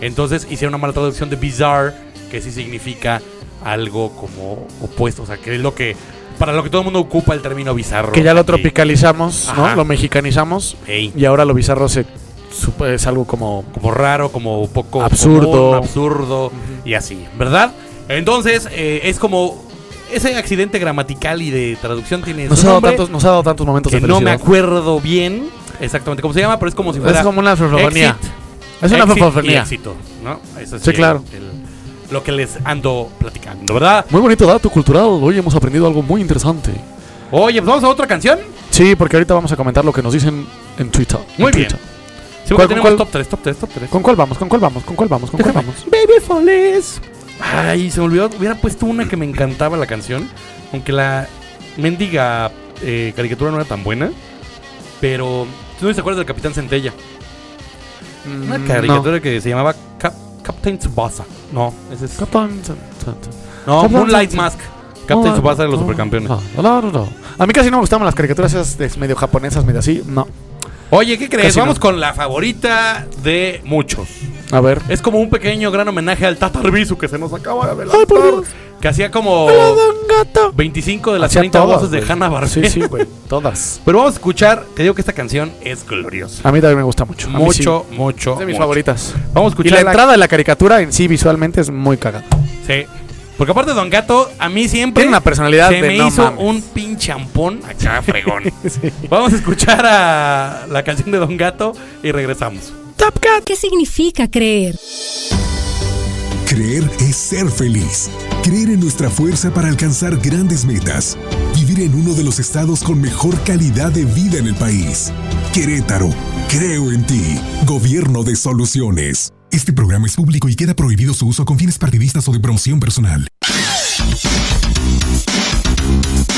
C: Entonces hicieron una mala traducción de bizarre, que sí significa algo como opuesto, o sea, que es lo que para lo que todo el mundo ocupa el término bizarro.
E: Que ya lo
C: aquí.
E: tropicalizamos, ¿no?
C: Ajá.
E: Lo mexicanizamos.
C: Ey.
E: Y ahora lo bizarro se, supo- es algo como...
C: como raro, como un poco
E: Absurdo.
C: común, absurdo y así, ¿verdad? Entonces, eh, es como ese accidente gramatical y de traducción tiene
E: Nos
C: su
E: ha dado
C: nombre,
E: tantos, nos ha dado tantos momentos
C: que
E: de
C: no
E: felicidad.
C: me acuerdo bien exactamente cómo se llama, pero es como si fuera
E: es como una
C: exit,
E: flufonía. Es una
C: exit y
E: flufonía.
C: éxito, ¿no? Eso
E: Sí, claro.
C: el- lo que les ando platicando, ¿verdad?
E: Muy bonito dato cultural. Hoy hemos aprendido algo muy interesante.
C: Oye, pues vamos a otra canción.
E: Sí, porque ahorita vamos a comentar lo que nos dicen en Twitter. en
C: Muy bien.
E: Twitter.
C: Sí, porque
E: ¿Cuál-
C: tenemos
E: cuál-
C: top 3, top 3, top 3.
E: ¿Con cuál vamos? ¿Con cuál vamos? ¿Con cuál vamos? ¿Con cuál vamos?
C: Baby Foles. Ay, se me olvidó. Hubiera puesto una que me encantaba la canción. Aunque la mendiga eh, caricatura no era tan buena. Pero. ¿Tú no te acuerdas del Capitán Centella?
E: Ah,
C: Una caricatura Mm, que se llamaba Cap- Captain Tsubasa. No, ese es.
E: Captain-
C: no,
E: Captain
C: Moonlight
E: Tsubasa. Ah,
C: Mask. Captain
E: No,
C: Tsubasa de los
E: no,
C: supercampeones.
E: No, no, no, no. A mí casi no me gustaban las caricaturas esas de- medio japonesas, medio así. No.
C: Oye, ¿qué crees?
E: Casi no.
C: Vamos con la favorita de muchos.
E: A ver.
C: Es como un pequeño gran homenaje al Tata Arbizu que se nos acaba de adelantar.
E: Ay, por Dios.
C: Que hacía como
E: un gato.
C: 25 de las
E: Hacía
C: 30
E: todas,
C: voces de
E: güey.
C: Hanna Barbera.
E: Sí, sí, güey. Todas.
C: Pero vamos a escuchar, te digo que esta canción es gloriosa.
E: A mí también me gusta mucho. A mí sí.
C: Mucho, mucho.
E: Es de mis
C: mucho.
E: favoritas.
C: Vamos a
E: Y
C: escuchar
E: la entrada de la caricatura en sí visualmente es muy cagada.
C: Sí. Porque aparte Don Gato, a mí siempre
E: Tiene una personalidad
C: se
E: de
C: me
E: no
C: hizo
E: mames.
C: un pinche ampón acá *laughs* fregón. Vamos a escuchar a la canción de Don Gato y regresamos.
M: ¿Qué significa creer?
J: Creer es ser feliz. Creer en nuestra fuerza para alcanzar grandes metas. Vivir en uno de los estados con mejor calidad de vida en el país. Querétaro, creo en ti. Gobierno de soluciones. Este programa es público y queda prohibido su uso con fines partidistas o de promoción personal.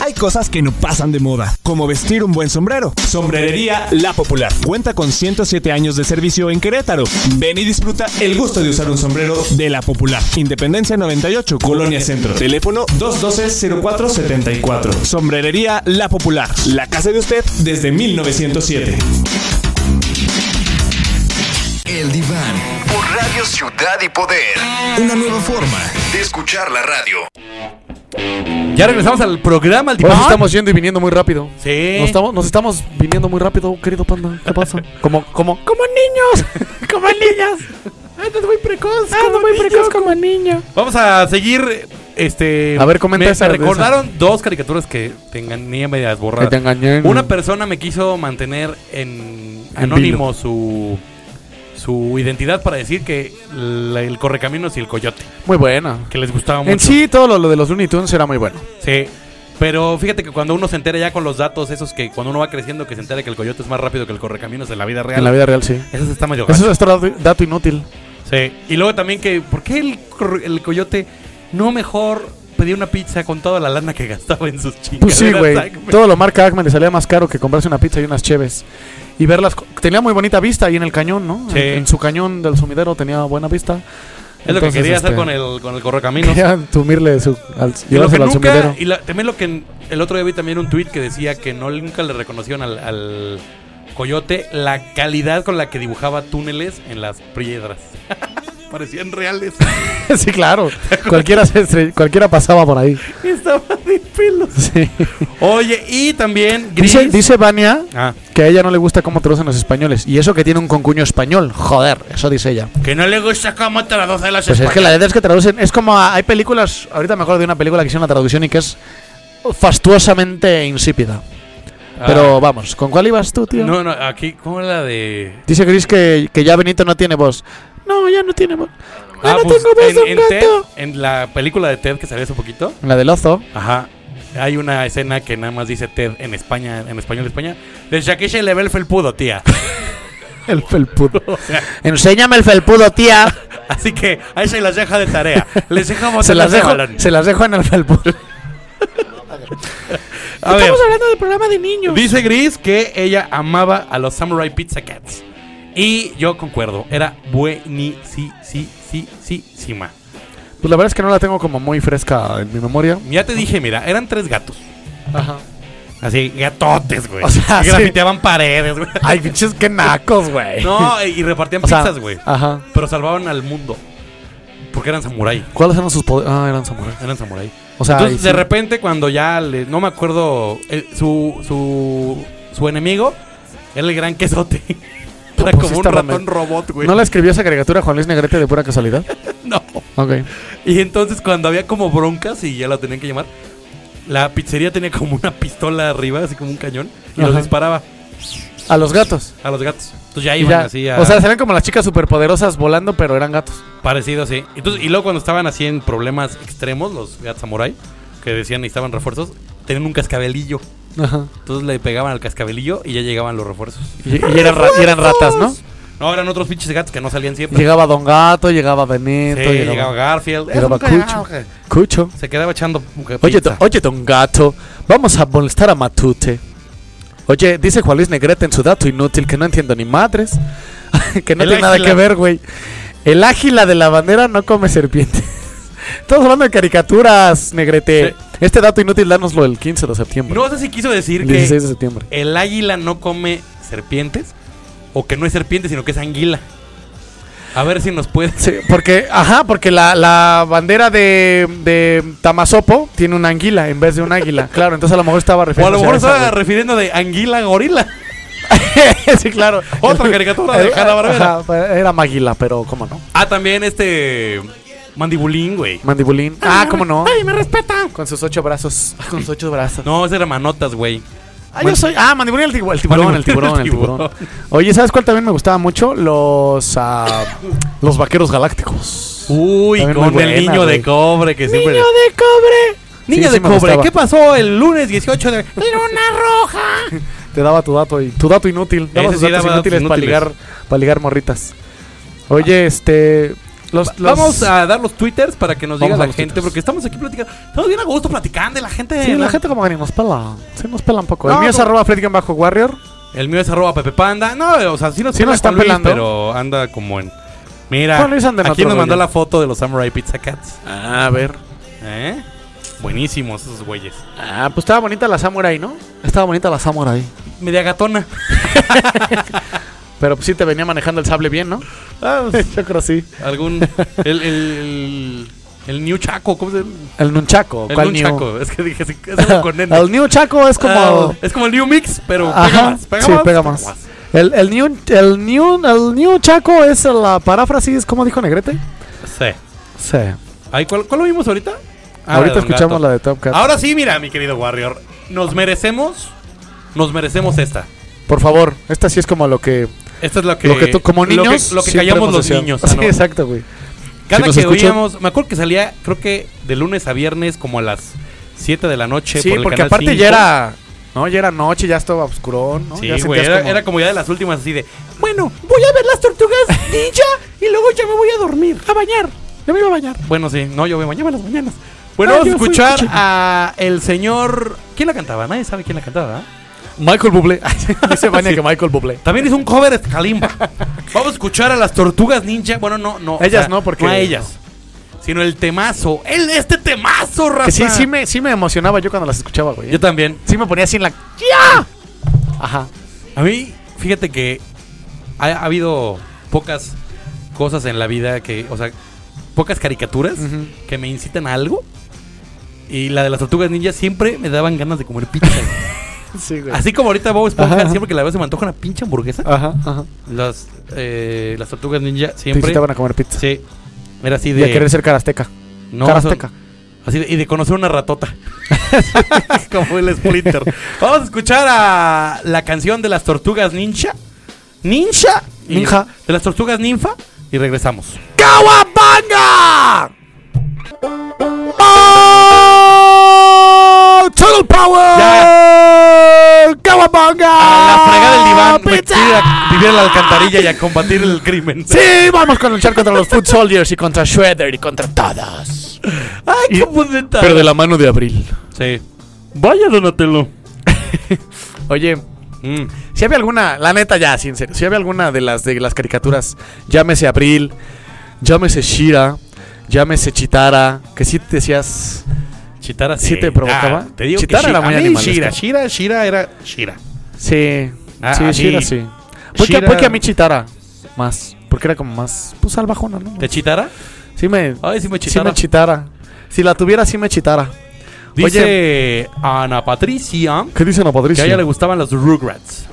N: Hay cosas que no pasan de moda, como vestir un buen sombrero. Sombrerería La Popular. Cuenta con 107 años de servicio en Querétaro. Ven y disfruta el gusto de usar un sombrero de La Popular. Independencia 98, Colonia Centro. Teléfono 212-0474. Sombrerería La Popular. La casa de usted desde 1907.
A: El diván.
B: Por Radio Ciudad y Poder.
A: Una nueva forma.
B: De escuchar la radio.
C: Ya regresamos al programa, al
E: Por eso
C: diván.
E: estamos yendo y viniendo muy rápido.
C: Sí.
E: Nos estamos, nos estamos viniendo muy rápido, querido panda. ¿Qué
C: *laughs*
E: pasa? Como, como, como niños. *laughs* como niños. Andas muy precoz. Andas muy precoz como niño.
C: Vamos a seguir. Este,
E: A ver, comenta
C: me,
E: esa-
C: me recordaron dos caricaturas que te engañé medias borradas.
E: Que te engañé.
C: Una persona me quiso mantener en anónimo su su identidad para decir que la- el correcaminos y el coyote,
E: Muy buena.
C: que les gustaba mucho.
E: En sí, todo lo, lo de los Looney Tunes era muy bueno.
C: Sí. Pero fíjate que cuando uno se entera ya con los datos esos que cuando uno va creciendo que se entera que el coyote es más rápido que el correcaminos en la vida real.
E: En la vida real, sí.
C: Eso sí está medio gacho.
E: Eso es otro dato-
C: *laughs*
E: dato inútil.
C: Sí. Y luego también que ¿por qué el, cor- el coyote no mejor pedía una pizza con toda la lana que gastaba en sus chingaderas?
E: Pues
C: *laughs*
E: sí, güey.
C: Ay,
E: Todo lo marca Acme le salía más caro que comprarse una pizza y unas cheves. Y verlas. co- Tenía muy bonita vista ahí en el cañón, ¿no?
C: Sí.
E: En, en su cañón del sumidero tenía buena vista.
C: Es lo que
E: Entonces,
C: quería hacer
E: este,
C: con
E: *laughs*
C: el con el correcaminos.
E: Quería tumirle su, al,
C: Y lo que
E: llevárselo al
C: nunca,
E: sumidero.
C: y la- también lo que en- el otro día vi también un tuit que decía que no nunca le reconocieron al, al coyote la calidad con la que dibujaba túneles en las piedras. *laughs* Parecían reales. *laughs*
E: *laughs* sí, claro. cualquiera, se estre- cualquiera pasaba por ahí. *laughs*
C: Estaba de pelos.
E: Sí.
C: Oye, y también Gris.
E: Dice, dice Vania
C: Ah,
E: que a ella no le gusta cómo traducen los españoles. Y eso que tiene un concuño español. Joder, eso dice ella.
C: que no le gusta cómo traduce los
E: Pues es que la letra es que traducen. Es como a- hay películas. Ahorita me acuerdo de una película que hicieron una traducción y que es fastuosamente insípida.
C: Ah,
E: Pero vamos, ¿con cuál ibas tú, tío?
C: No, no, aquí, ¿cómo era la de...?
E: Dice Chris que, que ya Benito no tiene voz. No, ya no tiene voz. Ya Ah, no
C: pues,
E: tengo voz de un
C: en, en Ted,
E: gato.
C: en la película de Ted que salió hace poquito,
E: La del ozo.
C: Ajá. Hay una escena que nada más dice Ted en España, en español de España. Desde aquí se le ve el felpudo, tía. *laughs*
E: El felpudo.
C: O sea,
E: Enséñame el felpudo,
C: *laughs*
E: tía.
C: así que ahí se las deja de tarea. Les dejamos
E: se, las dejo,
C: balón.
E: se las dejo en el felpudo.
C: *laughs* A ver,
F: Estamos hablando del programa de niños.
C: dice Gris que ella amaba a los Samurai Pizza Cats. Y yo concuerdo, era buenísima.
E: Pues la verdad es que no la tengo como muy fresca en mi memoria.
C: Ya te dije, mira, eran tres gatos.
E: Ajá.
C: Así, gatotes, güey.
E: O sea,
C: Y
E: sí.
C: grafiteaban paredes, güey.
E: Ay, pinches, qué nacos, güey. *laughs*
C: No, y repartían
E: O sea,
C: pizzas, güey.
E: Ajá.
C: Pero salvaban al mundo. Porque eran samurái.
E: ¿Cuáles eran sus poderes? Ah, eran samuráis.
C: Eran samurái.
E: O sea,
C: Entonces,
E: y
C: de
E: sí.
C: repente, cuando ya le- no me acuerdo, eh, su, su, su enemigo era el gran quesote. *laughs* Era
E: Pues sí
C: como un
E: estaba
C: ratón
E: medio-
C: robot, güey.
E: ¿No la escribió esa caricatura Juan Luis Negrete de pura casualidad?
C: *laughs* No.
E: Ok.
C: Y entonces, cuando había como broncas y ya la tenían que llamar, la pizzería tenía como una pistola arriba, así como un cañón, y los
E: Ajá.
C: disparaba
E: A los gatos.
C: a los gatos. Entonces ya
E: Y
C: iban
E: ya.
C: así a.
E: O sea, salían como las chicas superpoderosas volando, pero eran gatos.
C: Parecido, sí. Entonces, y luego cuando estaban así en problemas extremos, los Gat Samurai, que decían necesitaban refuerzos, tenían un cascabelillo.
E: Ajá.
C: Entonces le pegaban al cascabelillo y ya llegaban los refuerzos.
E: Y, y eran, ra- y eran ratas, ¿no?
C: No, eran otros pinches gatos que no salían siempre.
E: Llegaba Don Gato, llegaba
C: Sí,
E: Benito,
C: llegaba,
E: llegaba,
C: Garfield.
E: llegaba
C: Eso nunca
E: Cucho.
C: llegaba, güey.
E: Cucho.
C: Se quedaba echando pizza.
E: Oye, don- oye, Don Gato, vamos a molestar a Matute. Oye, dice Juan Luis Negrete en su dato inútil que no entiendo ni madres. *laughs* que no
C: El
E: tiene nada
C: águila.
E: que ver, güey. El águila de la bandera no come serpiente. *laughs* Estamos hablando de caricaturas, Negrete. Este dato inútil, dánoslo el 15 de septiembre.
C: No sé si quiso decir
E: 16
C: que
E: de septiembre.
C: el águila no come serpientes o que no es serpiente, sino que es anguila. A ver si nos puede.
E: Sí, porque, ajá, porque la, la bandera de, de Tamasopo tiene una anguila en vez de un águila. Claro, entonces a lo mejor
C: O
E: estaba
C: a lo
E: refiriéndose
C: mejor
E: esa,
C: estaba refiriendo de anguila gorila.
E: güey. *laughs* sí, claro. Eh,
C: Otra caricatura de Hanna Barbera.
E: Ajá, pues, Era Maguila, pero cómo no.
C: Ah, también este. Mandibulín, güey.
E: Mandibulín. Ah, cómo no.
F: me respetan.
E: Con sus ocho brazos. Con sus ocho brazos.
C: No, ese era manotas, güey.
E: Ah, yo soy. Ah, Mandibulín el, tibu- el tiburón, el tiburón, el tiburón. Oye, ¿sabes cuál también me gustaba mucho? Los. ah, los vaqueros galácticos.
C: Uy,
E: También
C: con
E: muy
C: el
E: buena,
C: niño
E: güey.
C: de cobre que siempre.
F: Niño de cobre.
C: Niño de
E: Sí, sí me
C: cobre,
E: gustaba.
C: ¿qué pasó el lunes 18
E: *laughs*
C: de.?
F: Luna roja.
E: Te daba tu dato y tu dato inútil. Daba
C: Ese
E: sus
C: sí
E: datos
C: daba datos
E: inútiles, para
C: inútiles.
E: ligar, para ligar morritas. Oye, este. Los, los-
C: Vamos a dar los twitters para que nos
E: Vamos
C: diga
E: a
C: la
E: los
C: gente,
E: twitters.
C: porque estamos aquí platicando. Estamos bien a gusto platicando de la gente.
E: Sí, la gente como que ni nos pela. Sí, nos pela un poco. el
C: No,
E: mío es
C: no.
E: arroba Fredkin bajo Warrior.
C: El mío es arroba Pepe Panda. No, o sea, sí nos,
E: Sí
C: pela
E: nos están
C: Juan Luis,
E: pelando.
C: Pero anda como en. Mira,
E: Juan Luis anda en
C: aquí
E: otro
C: nos mandó
E: rollo.
C: la foto de los Samurai Pizza Cats.
E: A ver.
C: ¿Eh? Buenísimos esos güeyes.
E: Ah, pues estaba bonita la Samurai, ¿no? Estaba bonita la Samurai.
C: Media gatona.
E: Pero pues sí te venía manejando el sable bien, ¿no?
C: *laughs*
E: Yo creo sí.
C: Algún. El. El, el New Chaco, ¿cómo se llama?
E: El Nunchaco.
C: El
E: ¿cuál
C: New
E: New?
C: Chaco. Es que dije, sí, es
E: *laughs*
C: algo con N.
E: el New Chaco es como.
C: Ah, es como el New Mix, pero pega
E: Ajá,
C: más. Pega
E: sí,
C: más,
E: pega más. El, el, new, el, new, el new Chaco es la paráfrasis, ¿cómo dijo Negrete?
C: Sí.
E: Sí.
C: Ay, ¿cuál, cuál lo vimos ahorita? Ah, la
E: Ahorita
C: de Don
E: escuchamos
C: Gato.
E: la de Top Cat.
C: Ahora sí, mira, mi querido Warrior. Nos merecemos. Nos merecemos esta.
E: Por favor, esta sí es como lo que.
C: Esta es la que.
E: lo que tú, como
C: lo que-
E: niños.
C: Lo que,
E: siempre
C: callamos
E: hemos
C: los
E: deseado.
C: niños. Ah,
E: *laughs* Sí,
C: no.
E: exacto, güey.
C: Cada
E: nos
C: que
E: escuchan.
C: oíamos. Me acuerdo que salía, creo que de lunes a viernes, como a las 7 de la noche.
E: Sí,
C: por el
E: porque
C: canal
E: aparte
C: 5.
E: ya era. No, ya era noche, ya estaba oscurón, ¿no?
C: Sí,
E: Ya
C: güey,
E: sentías
C: era,
E: como-
C: era como ya de las últimas así de Bueno, voy a ver las
E: *laughs*
C: tortugas ninja y luego ya me voy a dormir A bañar, yo me iba a bañar Bueno, sí, no, yo voy a bañarme las mañanas Bueno,
E: Ah,
C: vamos a
E: yo fui
C: escuchar
E: cochino.
C: a el señor ¿Quién la cantaba? Nadie sabe quién la cantaba ¿verdad?
E: Michael Bublé. *laughs* Dice Vania
C: Sí.
E: que Michael Bublé.
C: También hizo un cover de
E: *laughs*
C: Kalimba Vamos a escuchar a las tortugas ninja Bueno, no, no o
E: Ellas no, porque-
C: No a ellas Sino el temazo el, Este temazo, raza
E: Que sí, sí me, sí me emocionaba yo cuando las escuchaba, güey. ¿eh?
C: Yo también
E: sí me ponía así en la. ¡Ya! Ajá.
C: A mí, fíjate que ha, ha habido pocas cosas en la vida que, o sea, pocas caricaturas que me incitan a algo. Y la de las tortugas ninjas siempre me daban ganas de comer
E: *laughs*
C: pizza. güey.
E: Sí, güey.
C: Así como ahorita Bob Esponja,
E: Ajá, ajá.
C: siempre que la veo se me antoja una pinche hamburguesa.
E: Ajá, ajá.
C: Las, eh, las tortugas ninja
E: Te
C: siempre.
E: incitaban a comer pizza.
C: Sí. Era así
E: Y a querer
C: de.
E: ser carasteca.
C: No,
E: carasteca.
C: son- así de- y de conocer una
E: *laughs*
C: ratota. como el Splinter. Vamos a escuchar a la canción de las tortugas ninja. Ninja. y-
E: Ninja.
C: De las tortugas ninfa. Y regresamos.
E: ¡Kawabanga! ¡Oh! ¡Total Power! ¡Kawabanga!
C: A la fregada del diván. me
E: ¡Pizza!
C: quiero ir a vivir en la alcantarilla y a combatir el crimen. *laughs*
E: Sí, vamos a luchar contra los Food Soldiers y contra Shredder y contra todas.
C: Ay, qué bonita.
E: mano de Abril.
C: Sí. Vaya, Donatello.
E: *laughs* Oye,
C: Mm.
E: si había alguna, la neta ya, sin serio, si había alguna de las de las caricaturas, llámese Abril, llámese Shira, llámese Chitara, que sí te decías,
C: Chitara Ah,
E: ¿Sí te provocaba?
C: te digo
E: Chitara
C: que
E: era
C: Shira-
E: muy
C: a mí
E: animalesca.
C: Shira, Shira, Shira era Shira.
E: sí,
C: Ah,
E: sí,
C: a mí.
E: Shira, sí. Porque,
C: Shira-
E: a mí Chitara más, porque era como más, pues salvajona, ¿no?
C: ¿Te Chitara?
E: Sí me,
C: Ay, sí me
E: sí
C: Chitara.
E: me chitara. Si la tuviera, sí me chitara.
C: Dice Ana Patricia
E: ¿Qué dicen a
C: que
E: Patricia?
C: a ella le gustaban los Rugrats.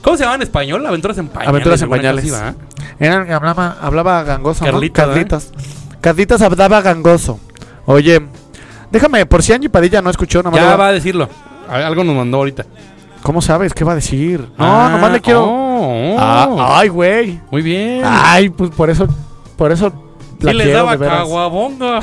C: ¿Cómo se llamaban en español? Aventuras en pañales.
E: Aventuras en
C: alguna cosa
E: pañales.
C: así, ¿va?
E: Era- hablaba, hablaba gangoso. ¿no?
C: Carlita, ¿verdad?
E: Carlitas. Carlitas hablaba gangoso. Oye, déjame, por si Angie Padilla no escuchó, nomás
C: Ya
E: le voy a-
C: va a decirlo. A- Algo nos mandó ahorita.
E: ¿Cómo sabes? ¿Qué va a decir? No,
C: Ah,
E: nomás le quiero.
C: oh, oh.
E: Ah, ay, güey.
C: Muy bien.
E: Ay, pues por eso. Por eso.
C: y les
E: quiero,
C: daba
E: de veras. *laughs*
C: caguabonga.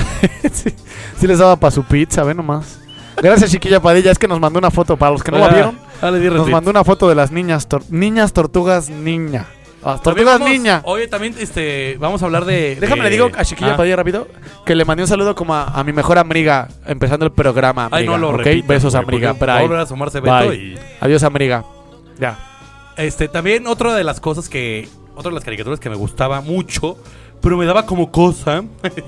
E: sí, sí les daba para su pizza, ve nomás. Gracias, chiquilla Padilla. Es que nos mandó una foto. Para los que no la
C: Hola.
E: vieron,
C: Dale, di
E: nos
C: retweet.
E: mandó una foto de las niñas. tor- niñas tortugas niña. Ah,
C: También
E: tortugas
C: vamos-
E: niña.
C: Oye, también este, vamos a hablar de.
E: Déjame
C: de-
E: le digo a Chiquilla
C: Ah,
E: Padilla rápido que le mandé un saludo como a, a mi mejor amiga empezando el programa.
C: Ay, no
E: amiga,
C: lo
E: ¿ok?
C: repitas,
E: Besos,
C: güey,
E: amiga.
C: porque
E: Bye.
C: va a volver a asomarse Beto
E: Bye.
C: y-
E: Adiós, amiga. Ya.
C: Este, también otra de las cosas que. Otra de las caricaturas que me gustaba mucho, pero me daba como cosa. *laughs*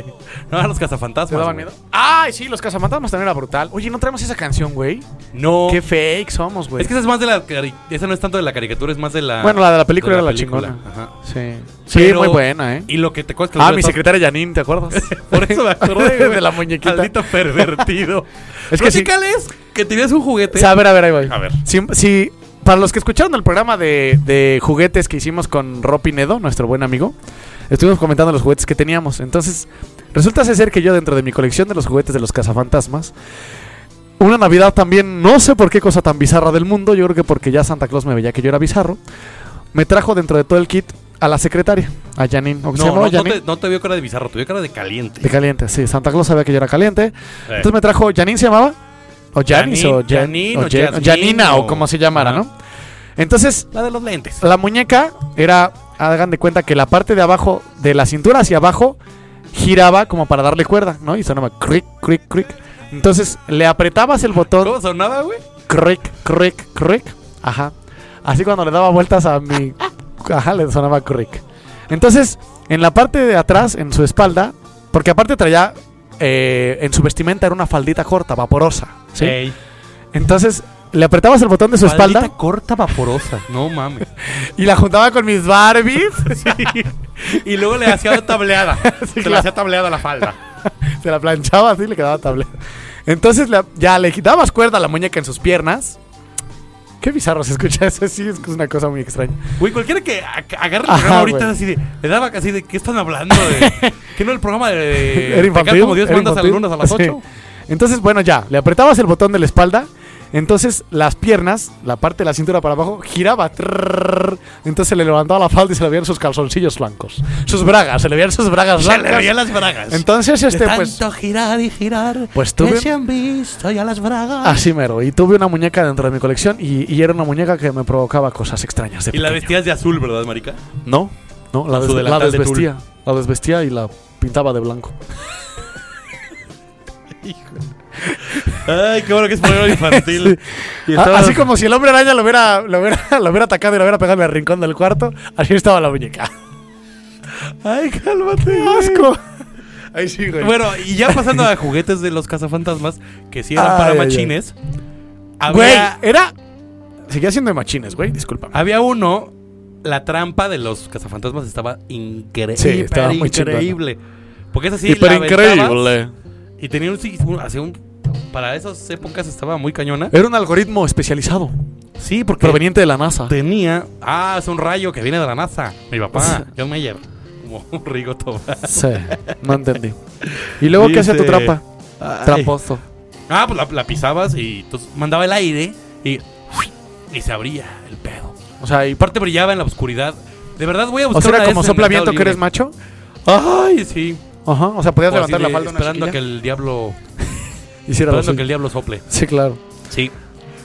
C: no eran los cazafantasmas.
E: ¿Te daban
C: güey.
E: miedo? Ay, sí, los cazafantasmas también era brutal. Oye, ¿no traemos esa canción, güey?
C: No.
E: Qué fake somos, güey.
C: es que esa es más de la. cari- Esa no es tanto de la caricatura, es más de la.
E: bueno, la de la película
C: de
E: era la
C: película.
E: chingona.
C: Ajá.
E: Sí. Sí,
C: Pero-
E: muy buena, ¿eh?
C: Y lo que te acuerdas que
E: Ah,
C: los
E: mi
C: Beto-
E: secretaria Janine, ¿te acuerdas?
C: *laughs* Por eso me acordé güey.
E: *laughs*
C: Pues
E: de la muñequita.
C: Maldito pervertido.
E: *laughs* Es que sí.
C: Platícales que tenías un juguete.
E: O sea, a ver, a ver, ahí voy.
C: A ver.
E: Si, si- para los que escucharon el programa de, de juguetes que hicimos con Ro Pinedo, nuestro buen amigo, estuvimos comentando los juguetes que teníamos. Entonces, resulta ser que yo dentro de mi colección de los juguetes de los cazafantasmas, una Navidad también, no sé por qué cosa tan bizarra del mundo, yo creo que porque ya Santa Claus me veía que yo era bizarro, me trajo dentro de todo el kit a la secretaria, a Janine. ¿o que se
C: no,
E: llamaba
C: no, no
E: Janine?
C: te, no te vio cara de bizarro, te vio cara de caliente.
E: De caliente, sí. Santa Claus sabía que yo era caliente.
C: Eh.
E: Entonces me trajo, ¿Janine se llamaba? O Janis,
C: Janine,
E: o Jan-
C: Janine, o
E: Jan-
C: Jasmine,
E: Janina,
C: o-
E: o como se llamara,
C: Ajá.
E: ¿no? Entonces,
C: La de los lentes.
E: la muñeca era, hagan de cuenta que la parte de abajo, de la cintura hacia abajo, giraba como para darle cuerda, ¿no? Y sonaba cric, cric, cric. Entonces, le apretabas el botón,
C: ¿Cómo sonaba, güey?
E: cric, cric, cric. Ajá. Así cuando le daba vueltas a mi. Ajá, le sonaba cric. Entonces, en la parte de atrás, en su espalda, porque aparte traía. eh, en su vestimenta era una faldita corta, vaporosa. ¿sí?
C: Ey.
E: Entonces, le apretabas el botón de su
C: Maldita
E: espalda
C: corta vaporosa. No mames.
E: y la juntaba con mis
C: *laughs*
E: Barbies. *laughs*
C: y luego le hacía una tableada. Se le
E: claro.
C: hacía tableada la falda.
E: Se la planchaba así le quedaba tablero. Entonces la- ya le quitabas cuerda a la muñeca en sus piernas. Qué bizarro se escucha eso, sí, es que es una cosa muy extraña.
C: Güey, cualquiera que a- agarre el
E: Ajá,
C: programa ahorita
E: güey.
C: es así de. Le daba así de. ¿Qué están hablando? De, ¿Qué no el programa de.
E: *laughs* Era
C: Pecar
E: infantil.
C: Eh, como Dios
E: era
C: mandas a las
E: infantil.
C: lunas a las
E: Sí. *laughs*
C: 8?
E: Entonces, bueno, ya, le apretabas el botón de la espalda. Entonces las piernas, la parte de la cintura para abajo, giraba. trrrr, entonces se le levantaba la falda y se le veían sus calzoncillos blancos. Sus bragas, se le veían sus bragas
C: Se le
E: blancas.
C: veían las bragas.
E: Entonces, este,
C: De
E: pues.
C: tanto girar y girar.
E: Pues
C: que
E: tuve-
C: se han visto ya las bragas.
E: Así mero. Y tuve una muñeca dentro de mi colección y, y era una muñeca que me provocaba cosas extrañas. De
C: Y la
E: pequeño.
C: vestías de azul, ¿verdad, marica?
E: No, no, la,
C: Con
E: des-
C: su
E: la
C: delantal de
E: desvestía. la desvestía y la pintaba de blanco.
C: Ay, qué bueno que es programa
E: *laughs*
C: infantil. Y
E: A-
C: estaba-
E: Ah, así como si el hombre araña lo hubiera, lo hubiera, *laughs* lo hubiera atacado y lo hubiera pegado en el rincón del cuarto, así estaba la muñeca.
C: Ay, cálmate.
E: ¡Qué asco! Ahí sí, güey.
C: Bueno, y ya pasando a juguetes de los cazafantasmas, que sí eran
E: Ay,
C: para
E: ay, ay.
C: machines.
E: Güey,
C: Había,
E: era. Seguía siendo de machines, güey, discúlpame.
C: había uno, la trampa de los cazafantasmas estaba increíble.
E: Sí, estaba muy chingona.
C: increíble. Porque es así, la aventabas Y tenía un, sig- un- hacía un- Para esas épocas estaba muy cañona.
E: Era un algoritmo especializado,
C: Sí, porque
E: proveniente de la NASA.
C: tenía. Ah, es un rayo que viene de la NASA. Mi papá, John Mayer. Como *laughs* un Rigo Tobar.
E: Sí, no entendí. ¿Y luego qué hacía tu
C: Dice-
E: trampa?
C: Ay.
E: Tramposo.
C: Ah, pues la, la pisabas y entonces mandaba el aire y, y se abría el pedo.
E: O sea, y.
C: Aparte brillaba en la oscuridad. De verdad voy a buscar
E: O sea,
C: una
E: era
C: de
E: como
C: esas en
E: sopla viento
C: Mercado
E: que eres
C: Libre.
E: macho.
C: Ay, sí.
E: Ajá. O sea, podías
C: O así
E: levantar la
C: de
E: falda. de una
C: esperando
E: chiquilla.
C: a que el diablo
E: Hiciera
C: esperando
E: lo
C: a que
E: suyo.
C: el diablo sople.
E: Sí, claro.
C: Sí.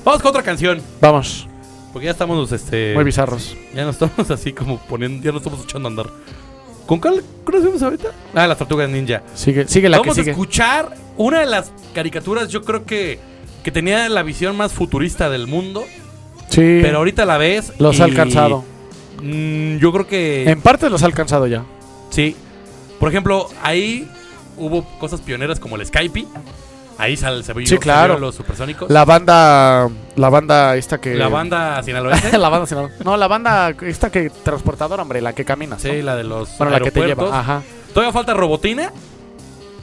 C: Vamos con otra canción,
E: Vamos.
C: porque ya estamos este
E: Muy bizarros.
C: ya nos estamos *laughs* así como poniendo, ya nos estamos echando a andar. ¿Con cuál conocemos ahorita? Ah, las Tortugas Ninja.
E: Sigue, sigue la que
C: Vamos a
E: sigue.
C: escuchar una de las caricaturas, yo creo que que tenía la visión más futurista del mundo,
E: Sí.
C: pero ahorita la ves.
E: los
C: y-
E: ha alcanzado. Em.
C: Mm, yo creo que
E: En parte los ha alcanzado ya.
C: sí. Por ejemplo, ahí hubo cosas pioneras como el Skype. Ahí sal- se vio
E: Sí, claro.
C: los supersónicos. La,
E: La banda. La banda esta que. *laughs*
C: banda ¿eh? sinaloense.
E: la banda, sí, no. No, la banda esta que transportadora, hombre, la que camina. ¿no?
C: sí, la de los
E: Bueno, la que te
C: aeropuertos.
E: lleva. Ajá.
C: Todavía falta robotina.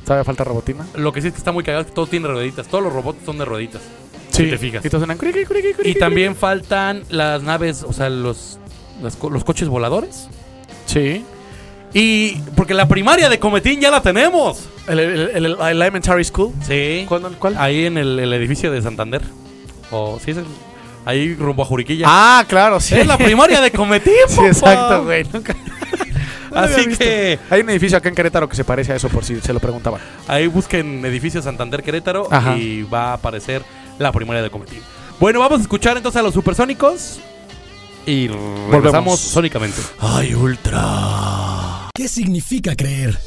E: ¿Sabe falta robotina?
C: Lo que sí es que está muy cagado es que todo tiene rueditas. Todos los robots son de rueditas. Si te fijas.
E: Y todos suenan. "Criqui, criqui, criqui,
C: Y
E: criqui".
C: también faltan las naves, o sea, los, las co- los coches voladores.
E: Sí.
C: Y porque la primaria de Cometín ya la tenemos.
E: El, el- el- el Elementary School.
C: Sí.
E: ¿Cuál? cuál?
C: Ahí en el, el edificio de Santander. O sí, es el- ahí rumbo a Juriquilla.
E: Ah, claro, sí. *laughs*
C: es la primaria de Cometín.
E: Sí,
C: papá.
E: exacto, güey.
C: *laughs*
E: Nunca. no lo había
C: Así
E: visto.
C: que
E: Hay un edificio acá en Querétaro que se parece a eso, por si se lo preguntaban.
C: ahí busquen edificio Santander Querétaro
E: Ajá.
C: y va a aparecer la primaria de Cometín. Bueno, vamos a escuchar entonces a los supersónicos y regresamos sónicamente.
O: ¿Qué significa creer?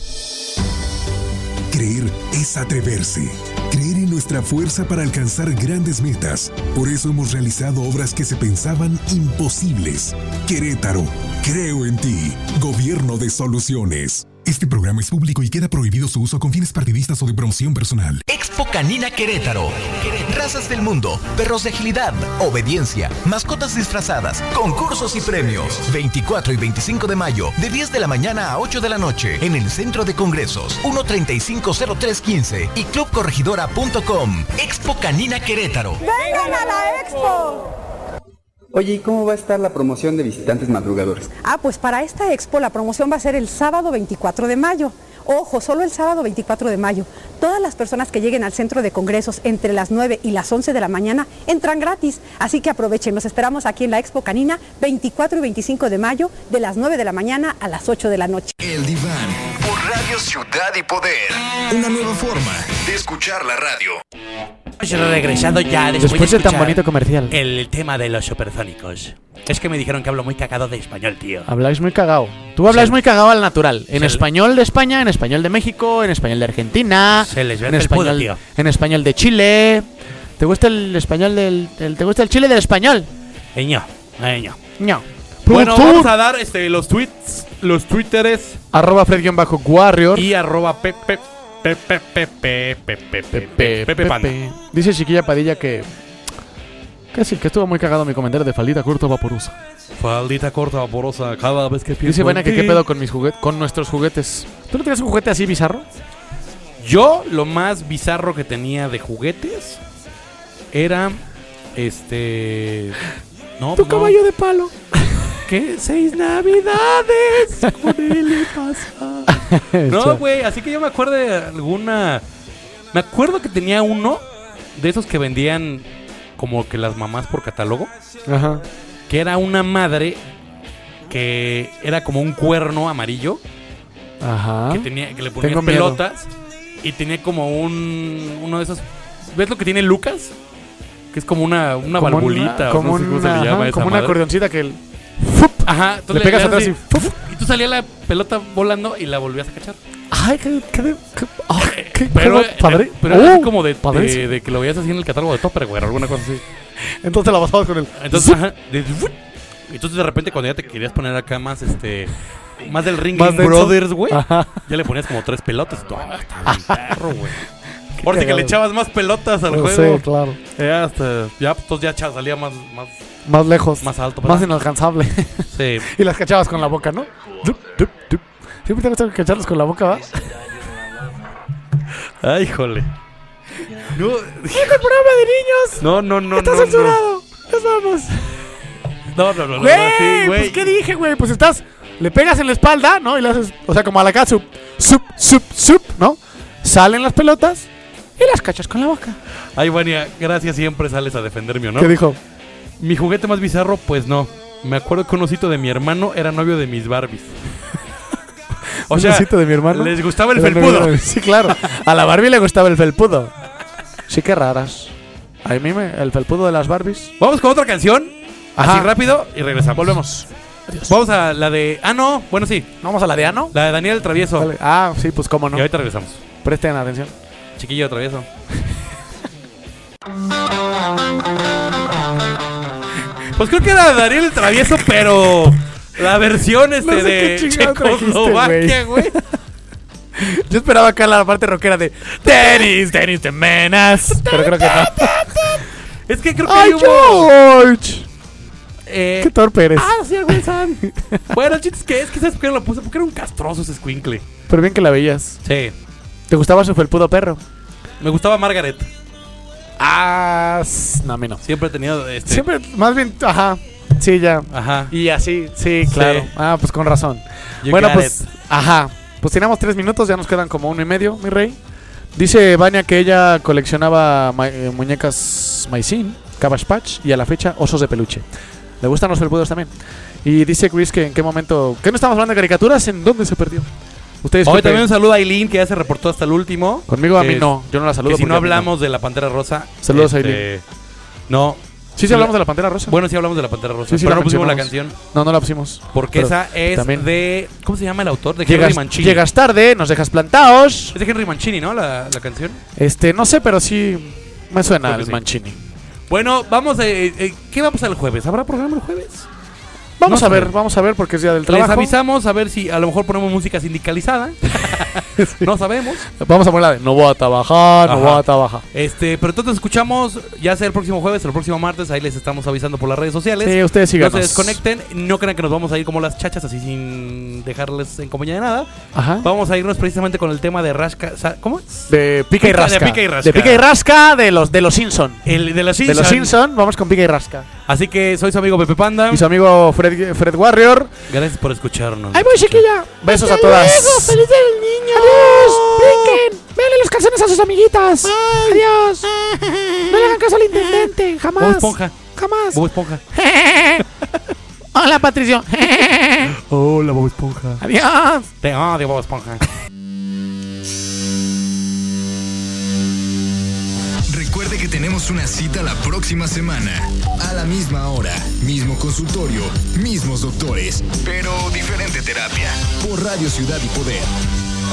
J: Creer es atreverse. Creer en nuestra fuerza para alcanzar grandes metas. Por eso hemos realizado obras que se pensaban imposibles. Querétaro, creo en ti. Gobierno de soluciones. Este programa es público y queda prohibido su uso con fines partidistas o de promoción personal.
B: Expo Canina Querétaro. Razas del mundo, perros de agilidad, obediencia, mascotas disfrazadas, concursos y premios. 24 y 25 de mayo, de 10 de la mañana a 8 de la noche, en el Centro de Congresos, 1350315 y clubcorregidora.com. Expo Canina Querétaro.
P: Oye, ¿y cómo va a estar la promoción de visitantes madrugadores?
M: Ah, pues para esta expo la promoción va a ser el sábado 24 de mayo. Ojo, solo el sábado 24 de mayo. Todas las personas que lleguen al centro de congresos entre las 9 y las 11 de la mañana entran gratis. Así que aprovechen, los esperamos aquí en la Expo Canina 24 y 25 de mayo de las 9 de la mañana a las 8 de la noche.
A: El diván,
B: Por Radio Ciudad y Poder,
A: una nueva forma.
B: de escuchar la radio.
C: Regresando ya
E: Después de tan bonito comercial.
C: El tema de los supersónicos. Es que me dijeron que hablo muy cagado de español, tío.
E: Habláis muy cagado. Tú habláis
C: Sí.
E: muy cagado al natural. En
C: Sí.
E: español de España, en español de México, en español de Argentina.
C: Se les ve
E: en
C: el
E: español,
C: pelpudo, tío.
E: en español de Chile. ¿Te gusta el español del, del- ¿Te gusta el Chile del español?
C: Eño, eño.
E: No.
C: Bueno,
E: Productor.
C: vamos a dar este, los tweets, los twitteres
E: Arroba Fred-Warrior.
C: y arroba pepe, pepe, pepe, pepe, pepe, pepe Panda.
E: Dice Chiquilla Padilla que. Que sí, que estuvo muy cagado mi comentario de faldita corta vaporosa.
C: Faldita corta, vaporosa, cada vez que pienso
E: Dice
C: en
E: Buena que
C: ti.
E: qué pedo con mis juguetes, con nuestros juguetes. ¿Tú no tenías un juguete así bizarro?
C: Yo lo más bizarro que tenía de juguetes era este... No, no.
E: de palo.
C: ¿Qué? Seis navidades con él y pasa. No, güey, así que yo me acuerdo de alguna. Me acuerdo que tenía uno de esos que vendían como que las mamás por catálogo,
E: Ajá.
C: que era una madre que era como un cuerno amarillo
E: Ajá.
C: que tenía que le ponía
E: ¿Ah? Tengo miedo.
C: pelotas y tenía como un uno de esos ¿Ves lo que tiene Lucas? Que es como una, una
E: Como
C: valvulita, o no
E: como
C: sé cómo se
E: una-
C: le
E: ajá,
C: llama a esa
E: como una
C: madre.
E: acordeoncita que el-
C: Ajá, tú
E: le pegas
C: das
E: atrás y.
C: así, Y tú salía la pelota volando y la volvías a cachar.
E: Ay, qué, qué, de- qué- ah, qué-
C: Eh, Pero,
E: qué padre.
C: pero era así
E: Oh,
C: como de, de-
E: padrísimo.
C: de que lo veías así en el catálogo de Topper, güey, o alguna cosa así.
E: Entonces la pasabas con él.
C: Entonces, ajá, de- ¡fut! entonces de repente cuando ya te querías poner acá más este más del Ring
E: Más denso.
C: Brothers, güey,
E: Ajá.
C: ya le ponías como tres pelotas. y tú, ah, está bien
E: *laughs*
C: perro, güey. Ahora sí que
E: cagado.
C: le echabas más pelotas al
E: No
C: juego.
E: sé, claro.
C: Ya hasta ya pues, entonces ya cha- salía más más
E: Más lejos.
C: más alto,
E: más
C: ¿verdad?
E: inalcanzable. *laughs*
C: Sí.
E: y las cachabas con la boca, ¿no? Dup, dup, dup. Siempre te gusta cacharlas con la boca, ¿va?
C: Ay, jole.
E: *laughs*
C: No,
E: el Este programa de niños!
C: no, no, no.
E: ¡Está
C: no,
E: censurado! ¡Nos vamos!
C: No, no, no, no. no,
E: ¡Güey!
C: sí,
E: pues, ¿qué dije, güey? Pues estás... Le pegas en la espalda, ¿no? Y le haces... O sea, como a la catsup. Sup, sup, sup, ¿no? Salen las pelotas y las cachas con la boca.
C: Ay, Vania, gracias siempre sales a defenderme, ¿o no?
E: ¿Qué dijo?
C: Mi juguete más bizarro, pues no. Me acuerdo que un osito de mi hermano era novio de mis
E: *laughs*
C: Barbies. o
E: ¿Un
C: sea,
E: osito de mi hermano?
C: les gustaba el
E: Era
C: felpudo.
E: novio- Sí, claro. A la Barbie le gustaba el felpudo. Sí, qué raras. A mí me... El felpudo de las Barbies.
C: Vamos con otra canción, así
E: Ajá.
C: rápido, y regresamos.
E: Volvemos.
C: Vamos a la de. Ah, no, bueno, sí.
E: ¿Vamos a la de Ano?
C: La de Daniel el Travieso.
E: Dale. Ah, sí, pues cómo no.
C: Y ahorita regresamos.
E: Presten atención.
C: Chiquillo Travieso. *laughs* Pues creo que era Daniel el Travieso, pero la versión este
E: No sé qué
C: de
E: chingado trajiste,
C: Checoslovaquia, güey.
E: *laughs* Yo esperaba acá la parte rockera de Tenis, tenis de menas. Pero creo que no.
C: Es que creo que
E: ¡Ay,
C: ahí hubo.
E: George!
C: eh,
E: ¡Qué torpe eres!
C: ah, sí, güey, Sam. bueno, el chiste es que es que sabes por qué no lo puse, porque era un castroso ese squinkle.
E: Pero bien que la veías.
C: Sí.
E: ¿Te gustaba su felpudo perro?
C: Me gustaba Margaret.
E: Ah, s- no, a mí no.
C: Siempre he tenido este.
E: Siempre, más bien, ajá. Sí, ya.
C: Ajá.
E: Y así, sí,
C: Sí.
E: claro. Ah, pues con razón.
C: You
E: bueno,
C: got
E: pues,
C: it.
E: ajá. Pues tenemos tres minutos, ya nos quedan como uno y medio, mi rey. Dice Vania que ella coleccionaba ma- eh, muñecas Maicín, Cabbage Patch y a la fecha osos de peluche. Le gustan los felpudos también. Y dice Chris que en qué momento. ¿Qué no estamos hablando de caricaturas? ¿En dónde se perdió? Ustedes
C: Hoy también un saludo a Aileen, que ya se reportó hasta el último.
E: Conmigo a mí
C: Es-
E: no. Yo no la saludo.
C: que si
E: porque
C: no
E: a mí
C: hablamos de la Pantera Rosa.
E: Saludos,
C: Aileen. No.
E: Sí, sí hablamos de la pantera rosa.
C: Bueno, sí hablamos de la Pantera Rosa,
E: Sí, sí,
C: pero
E: la
C: no pusimos la canción.
E: mencionamos. no, no la pusimos.
C: Porque
E: Pero
C: esa es
E: también-
C: de. ¿Cómo se llama el autor? De Henry
E: Llegas,
C: Mancini.
E: llegas tarde, nos dejas
C: *laughs*
E: plantados.
C: Es de Henry Mancini, ¿no? La, la canción.
E: Este, no sé, pero sí me suena
C: Creo que
E: el
C: sí.
E: Mancini.
C: Bueno, vamos. eh, eh, ¿Qué vamos al jueves? ¿Habrá programa el jueves?
E: Vamos
C: No
E: a ver,
C: sé.
E: vamos a ver porque es día del
C: Les
E: trabajo.
C: avisamos a ver si a lo mejor ponemos música
E: *laughs*
C: sindicalizada. No sabemos.
E: Vamos a poner la de no voy a trabajar,
C: Ajá.
E: no voy a trabajar.
C: Este, pero entonces escuchamos ya sea el próximo jueves o el próximo martes. Ahí les estamos avisando por las redes sociales.
E: Sí, ustedes
C: no
E: síganos.
C: se desconecten, no crean que nos vamos a ir como las chachas así sin dejarles en compañía de nada.
E: Ajá.
C: Vamos a irnos precisamente con el tema de Rasca. sa- ¿Cómo es?
E: De pica y
C: Pica- de
E: rasca.
C: pica y rasca.
E: De pica y rasca de los de los Simpson.
C: El de los
E: De
C: Simpsons.
E: los Simpson, vamos con pica y rasca.
C: Así que soy su amigo Pepe Panda.
E: Y su amigo Fred, Fred Warrior.
C: Gracias por escucharnos.
E: Ahí voy, chiquilla. Besos a todas. feliz del niño. Adiós. Brinquen. Véanle los calzones a sus amiguitas. Adiós. No le hagan caso al intendente. Jamás.
C: Bob Oh, Esponja.
E: Jamás.
C: Bob Esponja.
E: Hola, Patricio.
C: Hola, Bob Esponja.
E: Adiós.
C: Te odio, Bob Esponja.
A: Recuerde que tenemos una cita la próxima semana. A la misma hora, mismo consultorio, mismos doctores, pero diferente terapia. Por Radio Ciudad y Poder.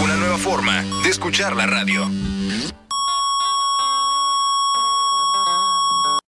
A: Una nueva forma de escuchar la radio.